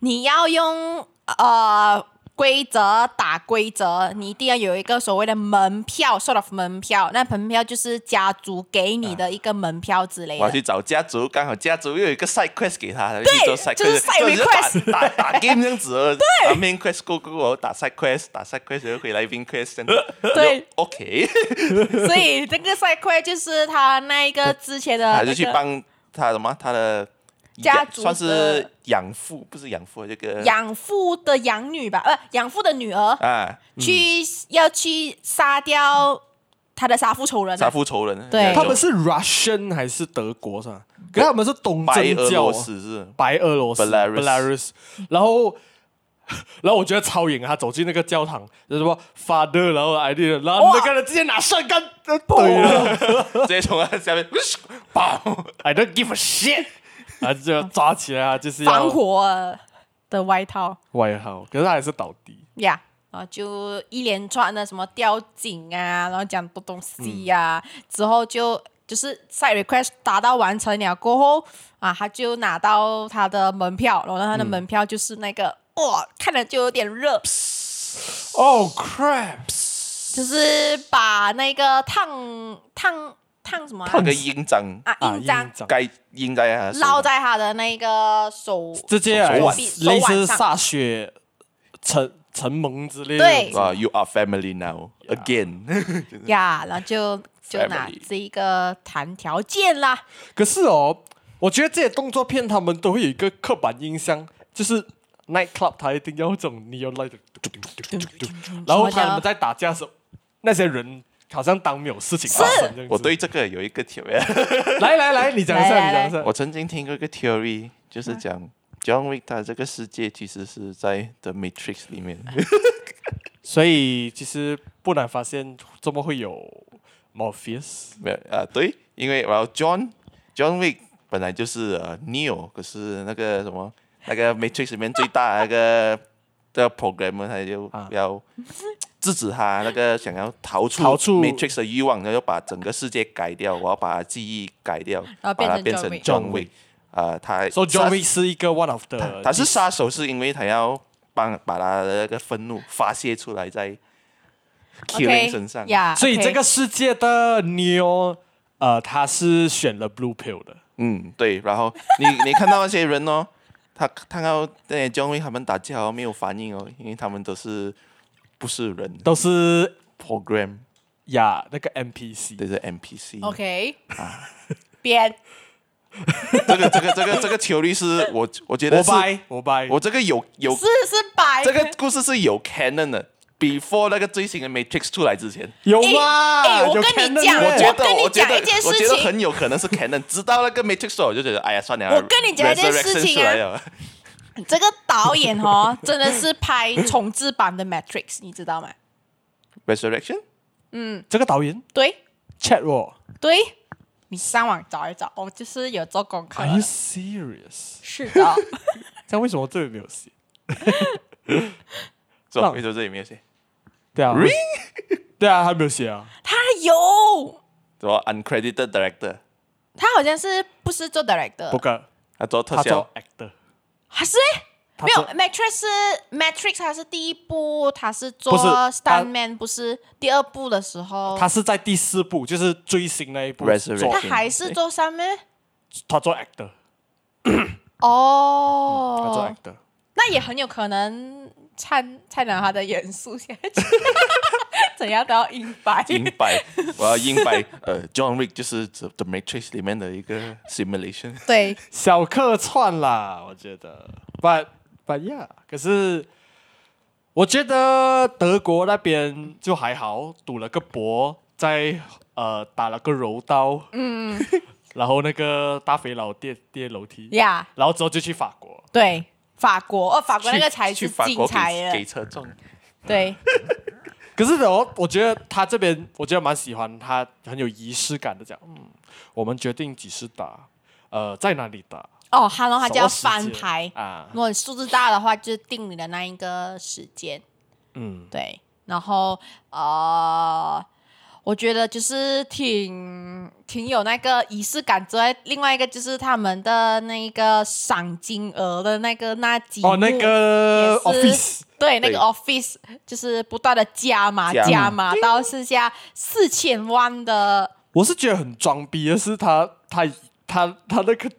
Speaker 4: 你要用呃规则打规则，你一定要有一个所谓的门票，sort of 门票，那门票就是家族给你的一个门票之类
Speaker 5: 啊我要
Speaker 4: 的。
Speaker 5: 去找家族，刚好家族又有一个 side quest 给他，对去做 side
Speaker 4: 就是
Speaker 5: quest，
Speaker 4: side
Speaker 5: 就打打打 game 这样子哦，对，main quest go go go，打 side quest，打 side quest 又回来 main quest 这样子，
Speaker 4: 对，
Speaker 5: OK，
Speaker 4: <laughs> 所以这个赛会就是他那一个之前的、那
Speaker 5: 他
Speaker 4: 个，
Speaker 5: 就去帮他什么他的
Speaker 4: 啊家
Speaker 5: 养
Speaker 4: 族
Speaker 5: 算是
Speaker 4: 的
Speaker 5: 养父，不是养父，这个
Speaker 4: 养父的养女吧，呃，养父的女儿、
Speaker 5: 啊，
Speaker 4: 去要去杀掉他的杀父仇人、啊，
Speaker 5: 杀父仇人，
Speaker 4: 对
Speaker 1: 他们是 Russian 还是德国是吧？可是他们是东
Speaker 5: 白
Speaker 1: 正
Speaker 5: 俄
Speaker 1: 教
Speaker 5: 罗
Speaker 1: 啊，
Speaker 5: 斯是
Speaker 1: 白俄罗斯
Speaker 5: Belarus
Speaker 1: Belarus 然后。 <laughs> 然后我觉得超赢啊，他走进那个教堂，就是说 father，然后 I did，然后
Speaker 4: 哇
Speaker 1: 那个人直接拿上杆，呃对了
Speaker 5: 直接从他下面爆，
Speaker 1: ，I don't give a shit，啊就要抓起来啊，就是要
Speaker 4: 防火啊的外套。
Speaker 1: 外号，可是他还是倒地，
Speaker 4: 呀啊，就一连串的什么吊颈啊，然后讲多东西呀、之后就就是 side request 达到完成了过后啊，他就拿到他的门票，然后他的门票就是那个、哇，看着就有点热，
Speaker 1: Oh crap！
Speaker 4: 就是把那个烫烫烫什么啊、
Speaker 5: 那个印章
Speaker 4: 啊
Speaker 1: 啊
Speaker 4: 印章
Speaker 1: 印章
Speaker 5: 该印在他手
Speaker 4: 烙在他的那个手，
Speaker 1: 直接啊
Speaker 5: 手腕
Speaker 1: 类
Speaker 4: 手
Speaker 1: 似
Speaker 4: 腕上
Speaker 1: 歃血、成成盟之类的。
Speaker 4: 对
Speaker 5: 啊，You are family now again，
Speaker 4: 呀然后就就拿
Speaker 5: 嗯 Family
Speaker 4: 这一个谈条件啦，
Speaker 1: 可是哦，我觉得这些动作片他们都会有一个刻板印象，就是 night club 他一定要这种 neon light，嘟嘟嘟嘟嘟嘟然后他们在打架的时候，那些人好像当没有事情发生这样子。
Speaker 5: 我对这个有一个 theory， <laughs>
Speaker 1: 来来来，你讲一下，
Speaker 4: 来来
Speaker 1: 你讲一下。
Speaker 5: 我曾经听过一个 theory，就是讲 John Wick 他这个世界其实是在 The Matrix 里面。
Speaker 1: 所以其实不难发现，怎么会有 Morpheus？
Speaker 5: 没有啊，对，因为然后 John John Wick 本来就是呃 Neo，可是那个什么那个 Matrix 里面最大的那个 <laughs> 的 programmer 他就
Speaker 1: 啊
Speaker 5: 要制止他那个想要逃出
Speaker 1: 逃出
Speaker 5: Matrix 的欲望，然后把整个世界改掉，我要把记忆改掉，
Speaker 4: 然后
Speaker 5: 把
Speaker 4: 变
Speaker 5: 它
Speaker 4: 成
Speaker 5: 变
Speaker 4: John
Speaker 5: 成
Speaker 4: Wick
Speaker 5: John Wick。啊，他
Speaker 1: 说 John 呃
Speaker 5: 他
Speaker 1: Wick 是一个 one of the，
Speaker 5: 他是杀手，是因为他要帮把他的那个愤怒发泄出来在 Killing 身上。
Speaker 4: 呀，
Speaker 1: 所以
Speaker 4: OK
Speaker 1: 这个世界的 Neo，呃，他是选了 Blue Pill 的。
Speaker 5: 嗯，对。然后你 <laughs> 你看到那些人哦，他看到那些 John Wick 他们打架哦，没有反应哦，因为他们都是不是人
Speaker 1: 都是
Speaker 5: program，
Speaker 1: 呀那个 NPC。
Speaker 5: 这是 NPC。
Speaker 4: OK，编
Speaker 5: 啊这个这个这个这个 theory 是我我觉得
Speaker 1: 我
Speaker 5: 是
Speaker 1: 掰，我掰，
Speaker 5: 我这个有有
Speaker 4: 是是白
Speaker 5: 这个故事是有 canon 的。 before 那个最新的 Matrix 出来之前，
Speaker 1: 有
Speaker 4: 哎
Speaker 1: 吗？
Speaker 4: 哎我
Speaker 1: 有
Speaker 4: 跟你
Speaker 1: Canon
Speaker 4: 讲
Speaker 1: 的
Speaker 5: 我觉得
Speaker 4: 跟你
Speaker 5: 我觉得
Speaker 4: 讲一件事
Speaker 5: 我觉得
Speaker 4: 情
Speaker 5: 很有可能是 Canon，直到那个 Matrix 我就觉得哎呀算了啊，
Speaker 4: 我跟你讲一件事
Speaker 5: Resurrection
Speaker 4: 情啊
Speaker 5: 出来了
Speaker 4: <laughs> 这个导演哦，真的是拍重置版的 Matrix，你知道吗？
Speaker 1: 哦
Speaker 5: ，Resurrection
Speaker 1: 这个导演
Speaker 4: 对
Speaker 1: Chad Wall。
Speaker 4: 对，你上网找一找，我就是有做功课
Speaker 1: Are
Speaker 4: 的。
Speaker 1: you serious？
Speaker 4: 是
Speaker 1: <laughs>
Speaker 4: 的，
Speaker 1: 这样为什么这里没有写？
Speaker 5: 是吧？
Speaker 1: 浪
Speaker 5: 为什么这里没有写？
Speaker 1: 对啊 <laughs> 对啊，他没有写啊。
Speaker 4: 他有，
Speaker 5: 什么 uncredited director？
Speaker 4: 他好像是不是做 director？
Speaker 1: 不哥，
Speaker 5: 他做特
Speaker 1: 他
Speaker 5: 效
Speaker 1: 做 actor，
Speaker 4: 还是
Speaker 1: 他
Speaker 4: 啊没有
Speaker 1: 做
Speaker 4: Matrix 是 Matrix，他是第一部，他是做
Speaker 1: 不是他
Speaker 4: stuntman，不是第二部的时候，
Speaker 1: 他是在第四部，就是最新那一部
Speaker 5: Resurrection
Speaker 1: 做
Speaker 4: 他还是做 stuntman
Speaker 1: 他做 actor，他做
Speaker 4: 哦，
Speaker 1: actor。
Speaker 4: 那也很有可能掺掺了他的元素下去，怎样都要硬
Speaker 5: <laughs>
Speaker 4: 掰。
Speaker 5: 硬掰，我要硬掰。呃，John Wick 就是 The The Matrix 里面的一个
Speaker 4: <laughs>
Speaker 5: simulation。
Speaker 4: <laughs> 对，
Speaker 1: 小客串啦，我觉得。But but yeah，可是我觉得德国那边就还好，赌了个博，在呃打了个柔道，嗯， <laughs> 然后那个大肥佬跌跌楼梯
Speaker 4: 呀、
Speaker 1: 然后之后就去法国。
Speaker 4: 对，法国哦，法国那个
Speaker 5: 去
Speaker 4: 才
Speaker 5: 去
Speaker 4: 是
Speaker 5: 法
Speaker 4: 精
Speaker 5: 国
Speaker 4: 彩啊
Speaker 5: 给给
Speaker 4: 的，
Speaker 5: 车撞，
Speaker 4: 对，
Speaker 1: 可是我我觉得他这边，我觉得蛮喜欢他，很有仪式感的讲，嗯，我们决定几时打，呃，在哪里打，
Speaker 4: 哦，哈喽，他
Speaker 1: 什
Speaker 4: 就要
Speaker 1: 么时
Speaker 4: 翻
Speaker 1: 间
Speaker 4: 牌。嗯
Speaker 1: 啊
Speaker 4: 如，果你数字大的话，就是定你的那一个时间，
Speaker 1: 嗯，
Speaker 4: 对。然后呃，我觉得就是挺挺有那个仪式感之外，另外一个就是他们的那个赏金额的那个那几
Speaker 1: 哦，那
Speaker 4: 幕
Speaker 1: 个
Speaker 4: 也是
Speaker 1: office
Speaker 4: 对，那
Speaker 5: 对
Speaker 4: 个 Office 就是不断的加码
Speaker 5: 加码
Speaker 4: 加码到剩下四千
Speaker 5: <laughs>
Speaker 4: 万的，
Speaker 1: 我是觉得很装逼的是他，他他他那个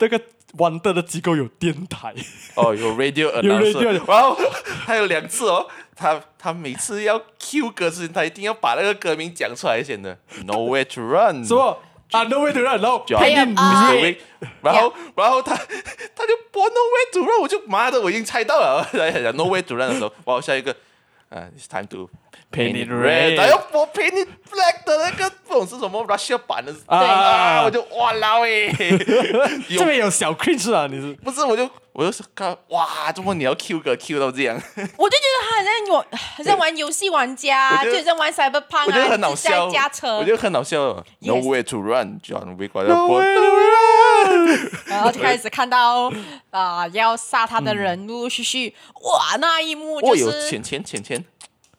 Speaker 1: 那个玩的的机构有电台，
Speaker 5: 哦，有 radio
Speaker 1: <laughs> radio
Speaker 5: announcer，然后还有两次哦，他他每次要 Q 歌之前，他一定要把那个歌名讲出来先的，Nowhere to Run，
Speaker 1: <laughs> 什么啊，no way to run，然后
Speaker 5: John
Speaker 4: 还有
Speaker 5: Wick，
Speaker 4: 啊
Speaker 5: Mr. Wick，然后然后他他就播 Nowhere to Run，我就妈的我已经猜到了， <laughs> 然后讲 Nowhere to Run 的时候，哇，下一个，啊，It's time to
Speaker 1: Paint it
Speaker 5: 还要
Speaker 1: red，哎
Speaker 5: 播 Paint it 뭐 black 的那个，不懂是什么 뭐 Russia 아,版的，
Speaker 1: 啊
Speaker 5: 啊，我就哇老 <laughs> 诶，
Speaker 1: 这边有小 cringe 啊，你是
Speaker 5: 不是，我就我就是看，哇，怎么你要 Q 个 Q 到这样？
Speaker 4: 我就觉得他好像玩，好像玩游戏玩家，
Speaker 5: 我觉
Speaker 4: 就
Speaker 5: 得
Speaker 4: 很像玩 Cyberpunk 啊，
Speaker 5: 我觉得很好
Speaker 4: 就是在
Speaker 5: 笑，
Speaker 4: 加车，
Speaker 5: 我觉得很好笑。No
Speaker 4: Yes
Speaker 5: way to run, John Wick，我
Speaker 1: no
Speaker 5: 要播
Speaker 1: way to run，
Speaker 4: 然后就开始看到啊、要杀他的人陆陆续续，哇，那一幕就
Speaker 1: 哦
Speaker 5: 我有
Speaker 4: 是
Speaker 5: 钱钱钱钱，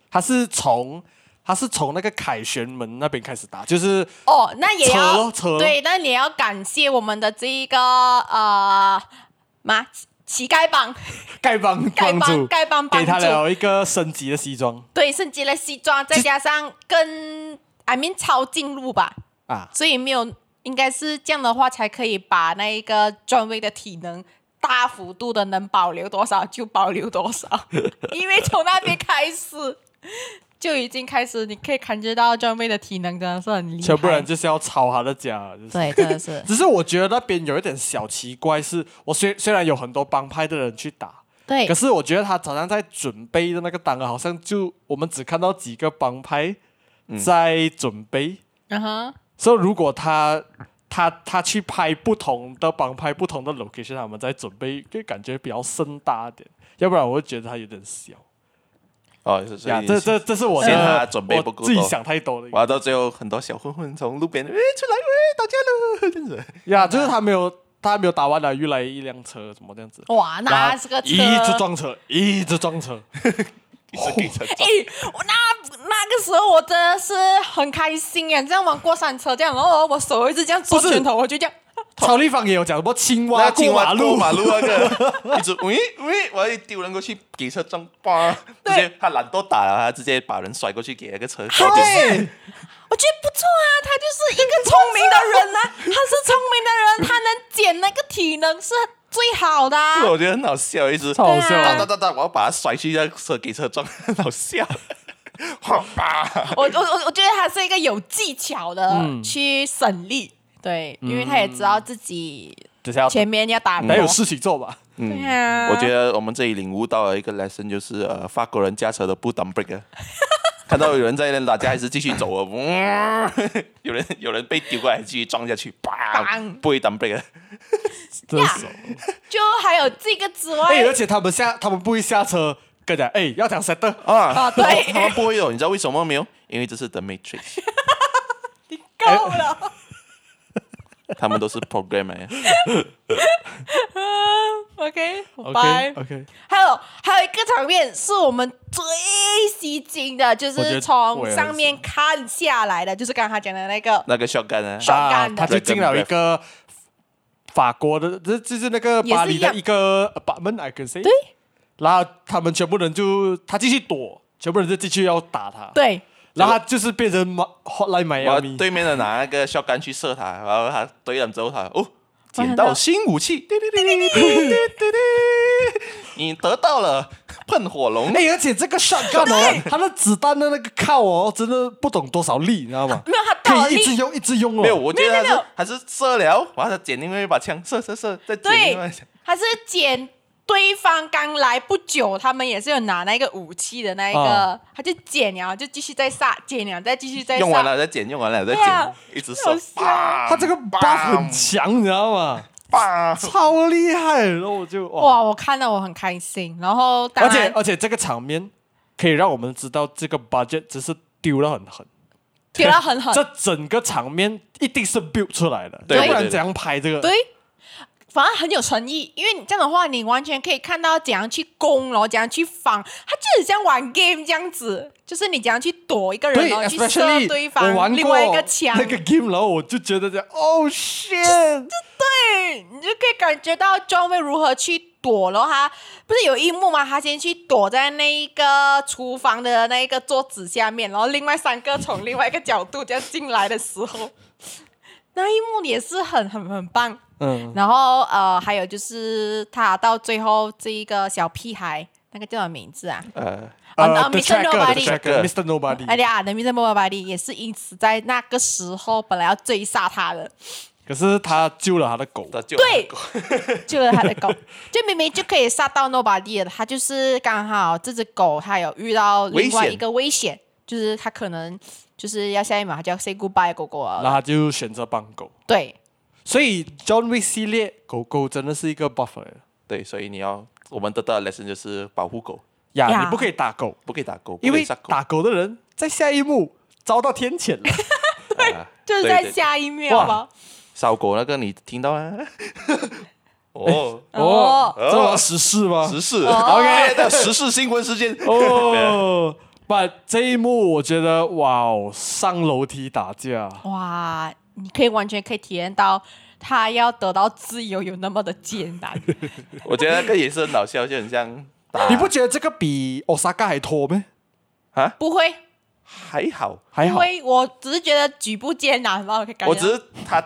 Speaker 1: 他是从他是从那个凯旋门那边开始打，就是
Speaker 4: 哦，那也
Speaker 1: 扯
Speaker 4: 要
Speaker 1: 咯扯咯
Speaker 4: 对，那也要感谢我们的这一个呃，嘛乞丐帮，
Speaker 1: 丐帮
Speaker 4: 丐
Speaker 1: 帮
Speaker 4: 帮
Speaker 1: 主
Speaker 4: 丐帮帮
Speaker 1: 给他
Speaker 4: 主，
Speaker 1: 了一个升级的西装
Speaker 4: 对，升级了西装，再加上跟 I mean 抄近路吧，
Speaker 1: 啊，
Speaker 4: 所以没有应该是这样的话才可以把那一个专位的体能。大幅度的能保留多少就保留多
Speaker 1: <laughs>
Speaker 4: 少，因为从那边开始就已经开始，你可以感觉到专位的体能真的是很厉害。
Speaker 1: 要不然就是要抄他的家，就是。
Speaker 4: 对，真的是
Speaker 1: 只是我觉得那边有一点小奇怪是，我虽虽然有很多帮派的人去打，
Speaker 4: 对
Speaker 1: 可。是我觉得他早上在准备的那个档案，好像就我们只看到几个帮派
Speaker 5: 嗯
Speaker 1: 在准备。
Speaker 4: 嗯哼，
Speaker 1: 所以如果他他他去拍不同的帮派、不同的 location，他们在准备，就感觉比较盛大一点。要不然我会觉得他有点小
Speaker 5: 哦，所以
Speaker 1: 呀，这这这是我
Speaker 5: 嫌他
Speaker 1: 的
Speaker 5: 准备不
Speaker 1: 我
Speaker 5: 够
Speaker 1: 自己
Speaker 5: 多
Speaker 1: 想太多了。
Speaker 5: 哇，到最后很多小混混从路边哎出来哎打架 <laughs> 了，这样子。
Speaker 1: 呀，就是他没有他没有打完了，又来一辆车，怎么这样子？
Speaker 4: 哇，
Speaker 1: 然
Speaker 4: 那
Speaker 1: 后
Speaker 4: 这个车，
Speaker 1: 一直撞车，一直撞车。
Speaker 5: 一直给车
Speaker 4: 哎
Speaker 5: 撞，
Speaker 4: 我那那个时候我真的是很开心耶，这样玩过山车这样，然后我手一直这样做
Speaker 1: 不是
Speaker 4: 拳头，我就这样，
Speaker 1: 曹立方也有讲什么青蛙
Speaker 5: 那
Speaker 1: 过
Speaker 5: 青
Speaker 1: 马
Speaker 5: 蛙
Speaker 1: 路
Speaker 5: 过，马路那个，一直喂喂，我一丢人过去给车撞，叭，直接他懒惰打了，他直接把人甩过去给那个车。
Speaker 4: 哎
Speaker 1: 对，
Speaker 4: 我觉得不错啊，他就是一个聪明的人呐、啊，他是聪明的人，他能减那个体能是最好的、啊
Speaker 5: <laughs> 这个。我觉得很好笑，一直
Speaker 1: 超好笑
Speaker 5: 哒哒
Speaker 1: 啊。
Speaker 5: 哒哒，我要把它甩去那个车给车撞，很好笑。 <laughs> 哗吧，
Speaker 4: 我我我我觉得他是一个有技巧的去省力，对，因为他也知道自己
Speaker 1: 等下要
Speaker 4: 前面要打
Speaker 1: 等下有 <laughs>
Speaker 4: 磨。
Speaker 1: 事情做吧。
Speaker 4: 对啊，
Speaker 5: 我觉得我们这里领悟到了一个 lesson，就是呃，法国人驾车的不 d u m brake，看啊 <laughs> 到有人在那边打架，还是继续走啊，嗡 <laughs> 有人有人被丢过来，继续撞下去，砰，不会 d u m brake，啊
Speaker 1: 这手。
Speaker 4: 就还有这个之外，
Speaker 1: 哎，而且他们下他们不会下车，跟你讲，哎，要讲 set
Speaker 5: 啊，
Speaker 4: 啊对
Speaker 5: <laughs> 他们不会哦，你知道为什么没有？因为这是 The Matrix， <laughs>
Speaker 4: 够了。 <laughs>
Speaker 5: 他们都是 programmer，
Speaker 4: OK，我
Speaker 1: <laughs> OK
Speaker 4: 拜。
Speaker 1: OK，
Speaker 4: 还有还有一个场面是我们最吸睛的，就
Speaker 1: 我觉
Speaker 4: 是
Speaker 1: 得我
Speaker 4: 从
Speaker 1: 也
Speaker 4: 上面看下来的，就是刚才讲的那个
Speaker 5: 那个 shotgun 啊，
Speaker 4: Shot-
Speaker 1: 啊，
Speaker 4: 干的
Speaker 1: 他就进了一个法国的，这就是那个巴黎的一个 apartment，I can say，对，然后他们全部人就他继续躲，全部人就继续要打他，
Speaker 4: 对，
Speaker 1: 然后他就是变成 Ma- Hotline
Speaker 5: 我
Speaker 1: Miami，
Speaker 5: 对面的拿那个 shotgun 去射他，然后他对了之后他哦。捡到新武器，滴滴滴滴滴滴滴滴，你得到了喷火龙。
Speaker 1: 哎，而且这个 shotgun 哦，它的子弹的那个靠哦，真的不懂多少力，你知道吗？
Speaker 4: 没有它倒
Speaker 1: 可以
Speaker 4: 立
Speaker 1: 一直用，一直用哦。
Speaker 5: 没有，我觉
Speaker 4: 没
Speaker 5: 得
Speaker 4: 有
Speaker 5: 他
Speaker 4: 没有
Speaker 5: 是还是射了，然后他捡另外一把枪，射射射，再捡另外一把
Speaker 4: 对
Speaker 5: 枪。，
Speaker 4: 他是捡对方刚来不久，他们也是有拿那个武器的那一个
Speaker 1: 啊，
Speaker 4: 他就捡了，就继续再杀，捡了再继续再
Speaker 5: 用完
Speaker 4: 杀。
Speaker 5: 了再捡，用完了再
Speaker 4: 对啊
Speaker 5: 捡，一直射
Speaker 4: 好。笑
Speaker 5: 叭
Speaker 1: 他这个 buff 很强，你知道吗？
Speaker 4: <laughs>
Speaker 5: 叭，
Speaker 1: 超厉害，然后我就哇，
Speaker 4: 哇，我看到我很开心，然后当
Speaker 1: 而且
Speaker 4: 然
Speaker 1: 而且这个场面可以让我们知道这个 budget 只是丢了很狠，
Speaker 4: 丢到很
Speaker 1: <laughs>
Speaker 4: 狠
Speaker 1: 这，整个场面一定是 build 出来的，
Speaker 5: 对
Speaker 1: 要
Speaker 5: 对
Speaker 1: 不
Speaker 5: 对
Speaker 1: 然
Speaker 5: 对
Speaker 1: 怎样拍这个？
Speaker 4: 对，反而很有诚意，因为你这样的话，你完全可以看到怎样去攻，然后怎样去防，它就很像玩 game 这样子，就是你怎样去躲一个人，
Speaker 1: 对
Speaker 4: 然后去射对
Speaker 1: ，especially 我
Speaker 4: 方
Speaker 1: 玩
Speaker 4: 另外一
Speaker 1: 过
Speaker 4: 个枪，
Speaker 1: 那个 game，然后我就觉得这样，Oh
Speaker 4: <laughs>
Speaker 1: shit！
Speaker 4: 对，你就可以感觉到 John 会如何去躲，然后他不是有一幕吗？他先去躲在那一个厨房的那一个桌子下面，然后另外三个从另外一个角度这样进来的时候， <laughs> 那一幕也是很很很棒。
Speaker 1: 嗯，
Speaker 4: 然后呃，还有就是他到最后这一个小屁孩，那个叫什么名字啊？
Speaker 5: 呃，
Speaker 4: 啊
Speaker 1: 呃
Speaker 4: 啊
Speaker 1: The
Speaker 4: Mr.
Speaker 1: Tracker，The
Speaker 4: Nobody
Speaker 1: Tracker，Mr. Nobody，
Speaker 4: <laughs> 哎呀，的 Mr. Nobody 也是因此在那个时候本来要追杀他的，
Speaker 1: 可是他救了他的狗，
Speaker 5: 他就
Speaker 4: 对，救了他的
Speaker 5: <laughs>
Speaker 4: 狗，就明明就可以杀到 nobody 了，他就是刚好这只狗它有遇到另外一个危险，就是它可能就是要下一秒它就要 say goodbye 狗狗
Speaker 1: 然
Speaker 4: 了，
Speaker 1: 后他就选择帮狗。
Speaker 4: 对，
Speaker 1: 所以 John Wick 系列狗狗真的是一个 buff 来的
Speaker 5: 对，所以你要我们得到的 lesson 就是保护狗，
Speaker 1: 呀
Speaker 4: 呀
Speaker 1: 你不可以打狗，
Speaker 5: 不可以打狗，不
Speaker 1: 因
Speaker 5: 可
Speaker 1: 为
Speaker 5: 以杀狗
Speaker 1: 打狗的人在下一幕遭到天谴了。
Speaker 5: 啊
Speaker 4: 就是
Speaker 5: 对
Speaker 4: 在
Speaker 5: 对
Speaker 4: 下一秒
Speaker 1: 哇
Speaker 4: 吗？
Speaker 5: 烧狗那个你听到啊？ <laughs> 哦，
Speaker 1: 哦，这么时事吗？
Speaker 5: 时事，OK，那时事新闻时间，
Speaker 1: 哦，把这一幕我觉得哇哦，上楼梯打架，
Speaker 4: 哇，你可以完全可以体验到他要得到自由有那么的艰难，
Speaker 5: <laughs> 我觉得那个也是很搞笑，就很像打
Speaker 1: 你不觉得这个比 Osaka 还拖吗？
Speaker 4: 不会，
Speaker 5: 还好，
Speaker 1: 还
Speaker 4: 不
Speaker 1: 好，
Speaker 4: 会，我只是觉得局部艰难吧，我可以感
Speaker 5: 我
Speaker 4: 觉
Speaker 5: 只是他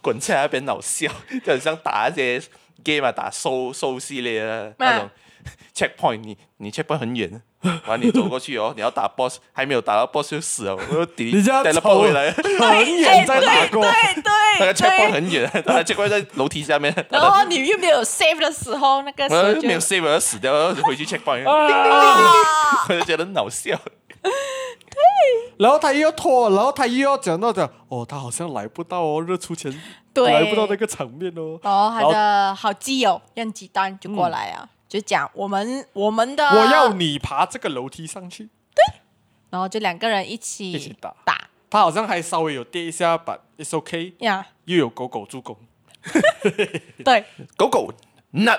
Speaker 5: 滚下来那边老笑， <laughs> 就很像打一些 game 啊，打收收系列的那种
Speaker 1: 嗯
Speaker 5: checkpoint，你你 checkpoint 很远， <laughs> 完你走过去哦，你要打 boss，还没有打到 boss 就死了，我就抵
Speaker 1: 你这样
Speaker 5: 带了
Speaker 1: 抽
Speaker 5: 跑回来，
Speaker 1: <laughs> 很远再打过，
Speaker 4: 哎
Speaker 5: <laughs>
Speaker 4: 对
Speaker 5: 那
Speaker 4: 对
Speaker 5: 个 checkpoint
Speaker 4: 对，
Speaker 5: 很远，他的 checkpoint 在楼梯下面，
Speaker 4: 然后你又没有 save 的时候，那个时
Speaker 5: 然后
Speaker 4: 候
Speaker 5: 就呃
Speaker 4: 就
Speaker 5: 没有 save 了，死掉，然后回去 checkpoint，
Speaker 4: 啊
Speaker 5: 我就觉得很搞笑。
Speaker 1: <laughs> 然后他又要拖，然后他又要讲到讲，哦，他好像来不到哦，热出前
Speaker 4: 对
Speaker 1: 来不到那个场面哦。
Speaker 4: 然后他
Speaker 1: 然后
Speaker 4: 的好基友任吉丹就过来啊，就讲我们我们的
Speaker 1: 我要，你爬这个楼梯上去。
Speaker 4: 然后就两个人一起
Speaker 1: 一起打
Speaker 4: 打
Speaker 1: 他好像还稍微有跌一下，把 it's okay，
Speaker 4: 呀
Speaker 1: 又有狗狗助攻。
Speaker 4: 对，
Speaker 5: 狗狗 nut，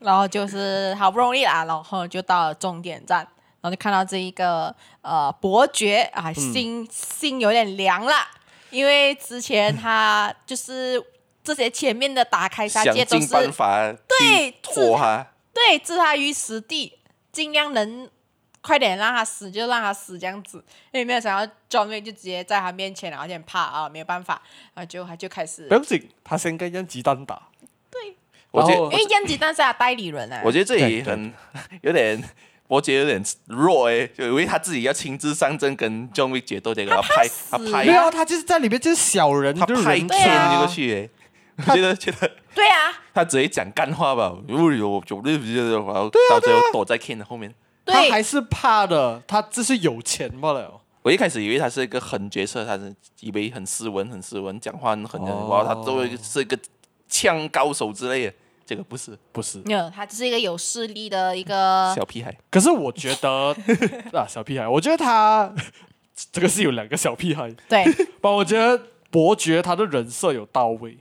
Speaker 4: 然后就是好不容易啦，然后就到了终点站，然后就看到这一个呃伯爵啊，心、心有点凉了，因为之前他就是这些前面的打开杀
Speaker 5: 想
Speaker 4: 戒都
Speaker 5: 尽
Speaker 4: 是
Speaker 5: 办法
Speaker 4: 对
Speaker 5: 去拖他，
Speaker 4: 对，置他于死地，尽量能快点让他死就让他死这样子。因为没有想到 John Wick 就直接在他面前，然后有点怕啊，没有办法，然后就他就开始
Speaker 1: 不，用紧，他先跟甄吉丹打。
Speaker 4: 对，
Speaker 5: 我觉
Speaker 1: 然后
Speaker 4: <laughs>
Speaker 5: 得
Speaker 4: 因为哎甄子丹是他代理人啊，
Speaker 5: 我觉得这里
Speaker 1: 对对
Speaker 5: 很有点，伯爵有点弱哎、就因为他自己要亲自上阵跟 John Wick 决斗，结果他拍
Speaker 4: 怕
Speaker 5: 他
Speaker 4: 死
Speaker 5: 拍
Speaker 1: 没有啊，他就是在里面就是小人，
Speaker 5: 他
Speaker 1: 就是
Speaker 5: 拍天
Speaker 1: 人
Speaker 4: 对啊
Speaker 5: 这个去哎、觉得觉得
Speaker 4: 对啊，
Speaker 5: 他直接讲干话吧，我有九六级的，然后到最后躲在 Ken 的后面。
Speaker 1: 他还
Speaker 4: 对，
Speaker 1: 是怕的，他只是有钱罢了。
Speaker 5: 我一开始以为他是一个狠角色，他是以为很斯文、很斯文，讲话很狠，
Speaker 1: 哦
Speaker 5: 哇，他作为是一个枪高手之类的，这个不是
Speaker 1: 不是，
Speaker 4: 没有，他只是一个有势力的一个
Speaker 5: 小屁孩。
Speaker 1: 可是我觉 <laughs> 得啊，小屁孩，我觉得他 <laughs> 这个是有两个小屁孩，
Speaker 4: <laughs> 对，
Speaker 1: 但我觉得伯爵他的人设有到位，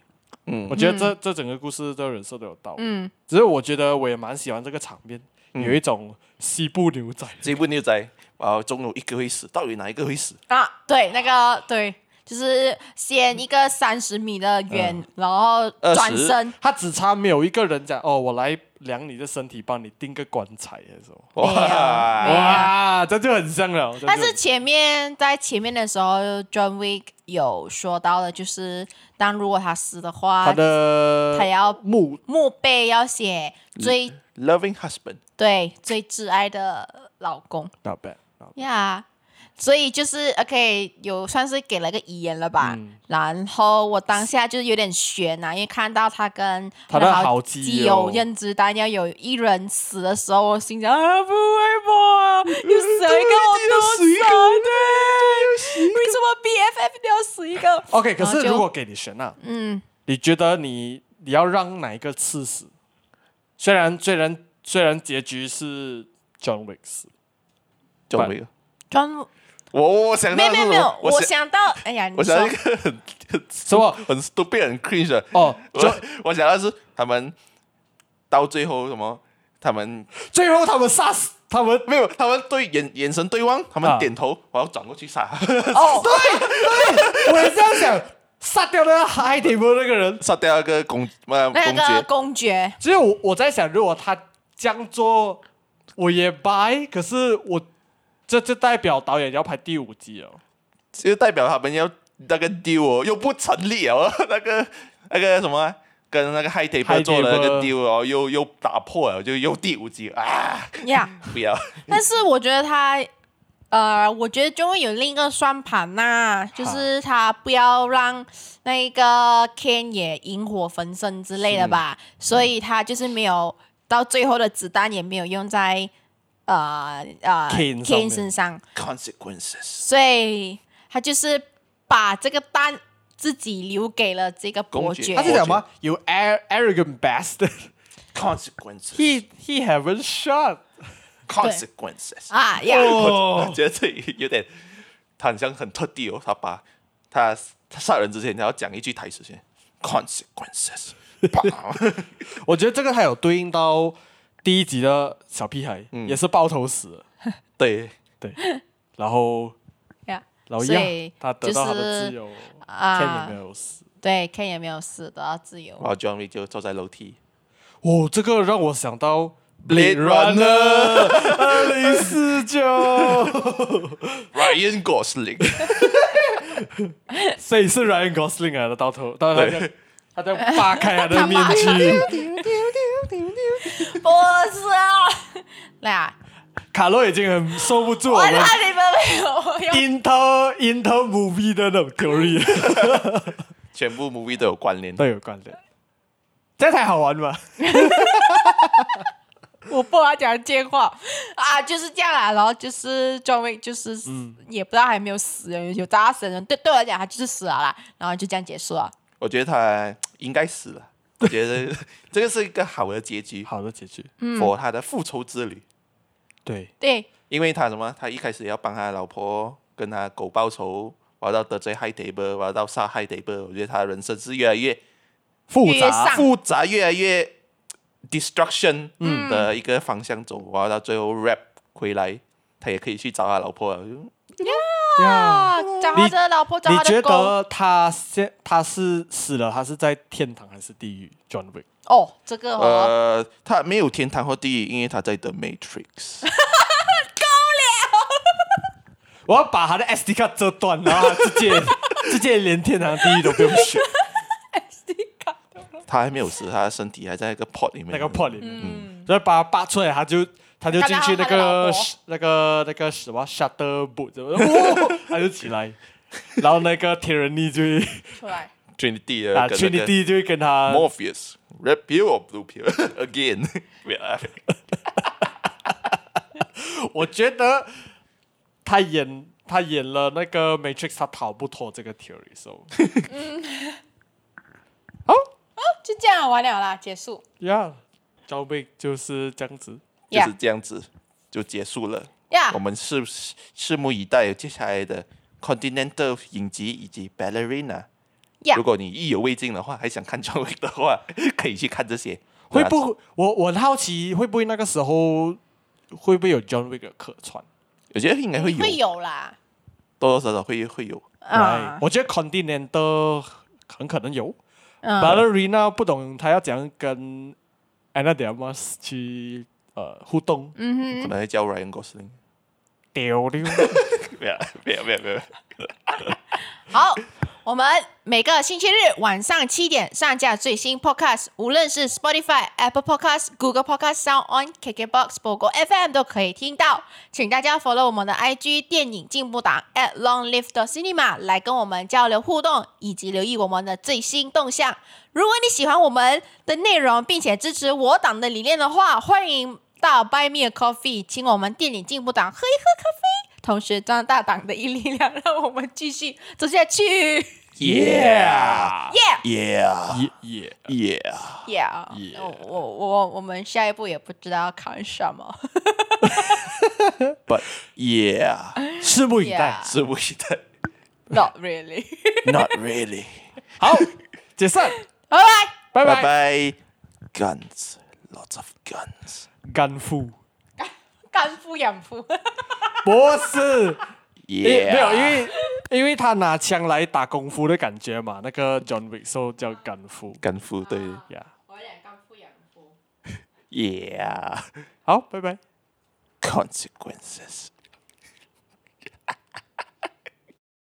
Speaker 5: 嗯
Speaker 1: 我觉得这、这整个故事的人设都有到位。
Speaker 4: 嗯，
Speaker 1: 只是我觉得我也蛮喜欢这个场面，有一种西部牛仔。
Speaker 5: 这部牛仔啊，总有一个会死，到底哪一个会死？
Speaker 4: 啊，对，那个对，就是先一个三十米的远，然后
Speaker 5: 20
Speaker 4: 转身，
Speaker 1: 他只差没有一个人讲哦，我来量你的身体，帮你定个棺材还是什么？
Speaker 4: 没有没有
Speaker 5: 哇，
Speaker 1: 哇，这就很像了。这就
Speaker 4: <laughs> 但是前面在前面的时候，John Wick 有说到的，就是当如果他死的话，
Speaker 1: 他的
Speaker 4: 他要
Speaker 1: 墓
Speaker 4: 墓碑要写最、
Speaker 1: 嗯
Speaker 5: loving husband，
Speaker 4: 对最挚爱的老公
Speaker 1: not bad，
Speaker 4: 呀。所以就是 OK，有算是给了个遗言了吧。
Speaker 1: 嗯
Speaker 4: 然后我当下就是有点悬啊呐、因为看到他跟
Speaker 1: 他的好基
Speaker 4: 基
Speaker 1: 友
Speaker 4: 友认知单要有一人死的时候，我心想啊，不会吧，
Speaker 1: <laughs>
Speaker 4: 又死了一个我多
Speaker 1: 死一个
Speaker 4: 惨对，为什么 BFF 都要死一个？
Speaker 1: OK，可
Speaker 4: 然后
Speaker 1: 是
Speaker 4: 就
Speaker 1: 如果给你选啊，
Speaker 4: 嗯，
Speaker 1: 你觉得你你要让哪一个刺死？虽然虽然虽然结局是 John Wick 死，
Speaker 5: 就
Speaker 1: 吧
Speaker 5: 没有。
Speaker 4: 专
Speaker 5: 我我想
Speaker 4: 没
Speaker 5: 到
Speaker 4: 有
Speaker 5: 的是
Speaker 4: 没
Speaker 5: 什
Speaker 4: 有没有
Speaker 5: 么，？
Speaker 4: 我
Speaker 5: 我
Speaker 4: 想到，哎呀，你
Speaker 5: 我
Speaker 4: 说
Speaker 5: 想到一个很很 <laughs>
Speaker 1: 什么？
Speaker 5: 很 stupid 很 cringe 的
Speaker 1: 哦，就
Speaker 5: 我我想到是他们到最后什么，他们
Speaker 1: 最后他们杀死他们
Speaker 5: 没有，他们对眼眼神对望，他
Speaker 1: 啊
Speaker 5: 们点头，我要转过去杀， <laughs>
Speaker 4: 哦，
Speaker 1: 我也这样想，杀掉那个 high table 那个人。
Speaker 5: 杀掉一个公呃公
Speaker 4: 那个
Speaker 5: 爵，
Speaker 4: 公爵，
Speaker 1: 只有我我在想，如果他这样做，我也掰。可是我这就代表导演要拍第五季哦。
Speaker 5: 就代表他们要那个 deal 哦，又不成立哦， <laughs> 那个那个什么啊。跟那个 High
Speaker 1: High
Speaker 5: Table 做了那
Speaker 1: Table
Speaker 5: 个 deal 哦，又又打破了，就又第五集啊！
Speaker 4: 呀、
Speaker 5: <laughs> 不要，
Speaker 4: 但是我觉得他，呃，我觉得就会有另一个算盘呐、就是他不要让那个 Ken 也引火焚身之类的吧，所以他就是没有到最后的子弹也没有用在呃呃
Speaker 1: Ken 上面
Speaker 4: Ken 身上，
Speaker 5: consequences
Speaker 4: 所以他就是把这个弹自己留给了这个伯
Speaker 5: 公爵
Speaker 4: 爵
Speaker 1: 他
Speaker 5: 他
Speaker 1: 是
Speaker 5: 是
Speaker 1: 讲
Speaker 5: 讲
Speaker 1: 吗
Speaker 5: 吗
Speaker 1: ？You ar arrogant bastard.
Speaker 5: consequences
Speaker 1: <laughs> He he haven't shot.
Speaker 5: consequences。
Speaker 4: 啊呀。
Speaker 1: 哦
Speaker 5: 我觉得这里有点，他好像很特地哦，他把他他杀人之前，他要讲一句台词先，consequences，砰
Speaker 1: 我觉得这个还有对应到第一集的小屁孩，也是爆头死了，
Speaker 5: <laughs> 对，
Speaker 1: 然后
Speaker 4: 呀
Speaker 1: 然后
Speaker 4: 所
Speaker 1: 呀
Speaker 4: 以，
Speaker 1: 他得到他
Speaker 4: 就
Speaker 1: 的
Speaker 4: 是
Speaker 1: 自由，
Speaker 4: 啊
Speaker 1: 天也没有死。
Speaker 4: 对，Ken 也没有死，得到自由。
Speaker 5: 然后 John Wick 就坐在楼梯，
Speaker 1: 哦，这个让我想到
Speaker 5: Blade Runner
Speaker 1: 二零四九
Speaker 5: Ryan Gosling，
Speaker 1: 所以是 Ryan Gosling 来的，到头到头他
Speaker 5: 对
Speaker 1: 在他在扒开他的
Speaker 4: 他
Speaker 1: 面
Speaker 4: 妈的
Speaker 1: 具，
Speaker 4: <laughs> 不是啊，来啊，
Speaker 1: 卡洛已经很受不住我
Speaker 4: 我
Speaker 1: 们
Speaker 4: 怕你们没有我要
Speaker 1: inter inter movie 的那种 theory
Speaker 5: 全部 movie 都有关联。
Speaker 1: 都有关联，这才好玩嘛。
Speaker 4: 我不好讲电话啊，就是这样啦。然后就是专位，就是、
Speaker 1: 嗯
Speaker 4: 也不知道还没有死，有扎死人，对对我来讲他就是死了啦。然后就这样结束了。
Speaker 5: 我觉得他应该死了，我觉得这个是一个好的结局
Speaker 1: 好的结局，
Speaker 5: ，for 他的复仇之旅。
Speaker 1: 对，
Speaker 4: 对，
Speaker 5: 因为他什么？他一开始要帮他老婆跟他狗报仇，玩到得罪 High Table，玩到杀 High Table。我觉得他人生是越来越
Speaker 1: 复
Speaker 4: 越
Speaker 1: 杂
Speaker 4: 上
Speaker 5: 复杂，越来越 destruction 的一个方向走，然后到最后 rap 回来，他也可以去找他老婆啊了。就
Speaker 1: 呀
Speaker 4: 啊，找他的老婆，找
Speaker 1: 嗯你
Speaker 4: 他
Speaker 1: 觉
Speaker 4: 的狗。
Speaker 1: 得他现他是死了，他是在天堂还是地狱？John Wick，
Speaker 4: 哦，这个哦， <laughs>
Speaker 5: 呃，他没有天堂或地狱，因为他在 The Matrix。
Speaker 1: 我要把他的 SD 卡折断，然后他直接 <laughs> 直接连天堂地狱都不用选，
Speaker 5: 他还没有死，他的身体还在一个 pot 里面。
Speaker 1: 那个 pot 里
Speaker 4: 嗯
Speaker 1: 面，嗯所以把他拔出来，他就他就进去那个
Speaker 4: 看到他的老婆
Speaker 1: 那个那个什么 <laughs> shutter boot，然后哦他就起来，然后那个 tyranny 就会
Speaker 4: 出来
Speaker 5: Trinity
Speaker 1: 啊
Speaker 5: 的跟那个
Speaker 1: ，Trinity 就会跟他
Speaker 5: Morpheus Red Pill or Blue Pill <laughs> again？Wait, I-
Speaker 1: 我觉得他演他演了那个 Matrix，他逃不脱这个 theory，so
Speaker 4: 就这样啊完了啦，结束。
Speaker 1: yeah，赵贝就是这样子。
Speaker 5: 就是
Speaker 4: Yeah
Speaker 5: 这样子就结束了。我
Speaker 4: Yeah，
Speaker 5: 们拭拭目以待接下来的 Continental 影集以及 Ballerina。
Speaker 4: Yeah
Speaker 5: 如果你意犹未尽的话，还想看 John Wick 的话， <laughs> 可以去看这些。
Speaker 1: 会不会？我我很好奇，会不会那个时候会不会有 John Wick 的客串？
Speaker 5: 我觉得应该啊会有，
Speaker 4: 会有啦。
Speaker 5: 多多少少会会有。
Speaker 1: 哎
Speaker 4: 啊，，
Speaker 1: 我觉得 Continental 很可能有、
Speaker 4: 嗯，
Speaker 1: Ballerina，不懂他要怎样跟 Anna De Armas 去呃互动。
Speaker 5: 可能会叫 Ryan Gosling。
Speaker 1: 丢丢，
Speaker 5: 没有，没有，没有，没有。
Speaker 4: 好，我们每个星期日晚上七点上架最新 Podcast，无论是 Spotify、Apple Podcast、Google Podcast、Sound On、KKBox、播狗 FM 都可以听到。请大家 follow 我们的 IG 电影进步党 at Long Live the Cinema 来跟我们交流互动，以及留意我们的最新动向。如果你喜欢我们的内容，并且支持我党的理念的话，欢迎到 Buy Me a Coffee，请我们电影进步党喝一喝咖啡，同时壮大党的一力量，让我们继续走下去。
Speaker 5: Yeah，yeah，yeah，yeah。
Speaker 4: Yeah
Speaker 1: 耶耶
Speaker 4: yeah，,
Speaker 1: Yeah
Speaker 4: 我我我我们下一步也不知道要看什么。
Speaker 5: But yeah，
Speaker 1: 拭目以待。
Speaker 4: Yeah
Speaker 5: 是不是的
Speaker 4: Not really 。 <laughs>
Speaker 5: ？Not really。
Speaker 1: 好，解散，
Speaker 4: 拜拜。
Speaker 1: 拜
Speaker 5: 拜
Speaker 1: 拜。
Speaker 5: 拜。Guns，lots of guns。
Speaker 1: 干父，
Speaker 4: 干夫养夫。
Speaker 1: 不是。因为
Speaker 5: Yeah，
Speaker 1: 没有，因为因为他拿枪来打功夫的感觉嘛，那个 John Wick 说叫干夫
Speaker 5: 干夫对
Speaker 1: 呀。
Speaker 4: 我讲干夫养夫。
Speaker 5: ，Yeah。
Speaker 1: 好，拜拜。
Speaker 5: consequences.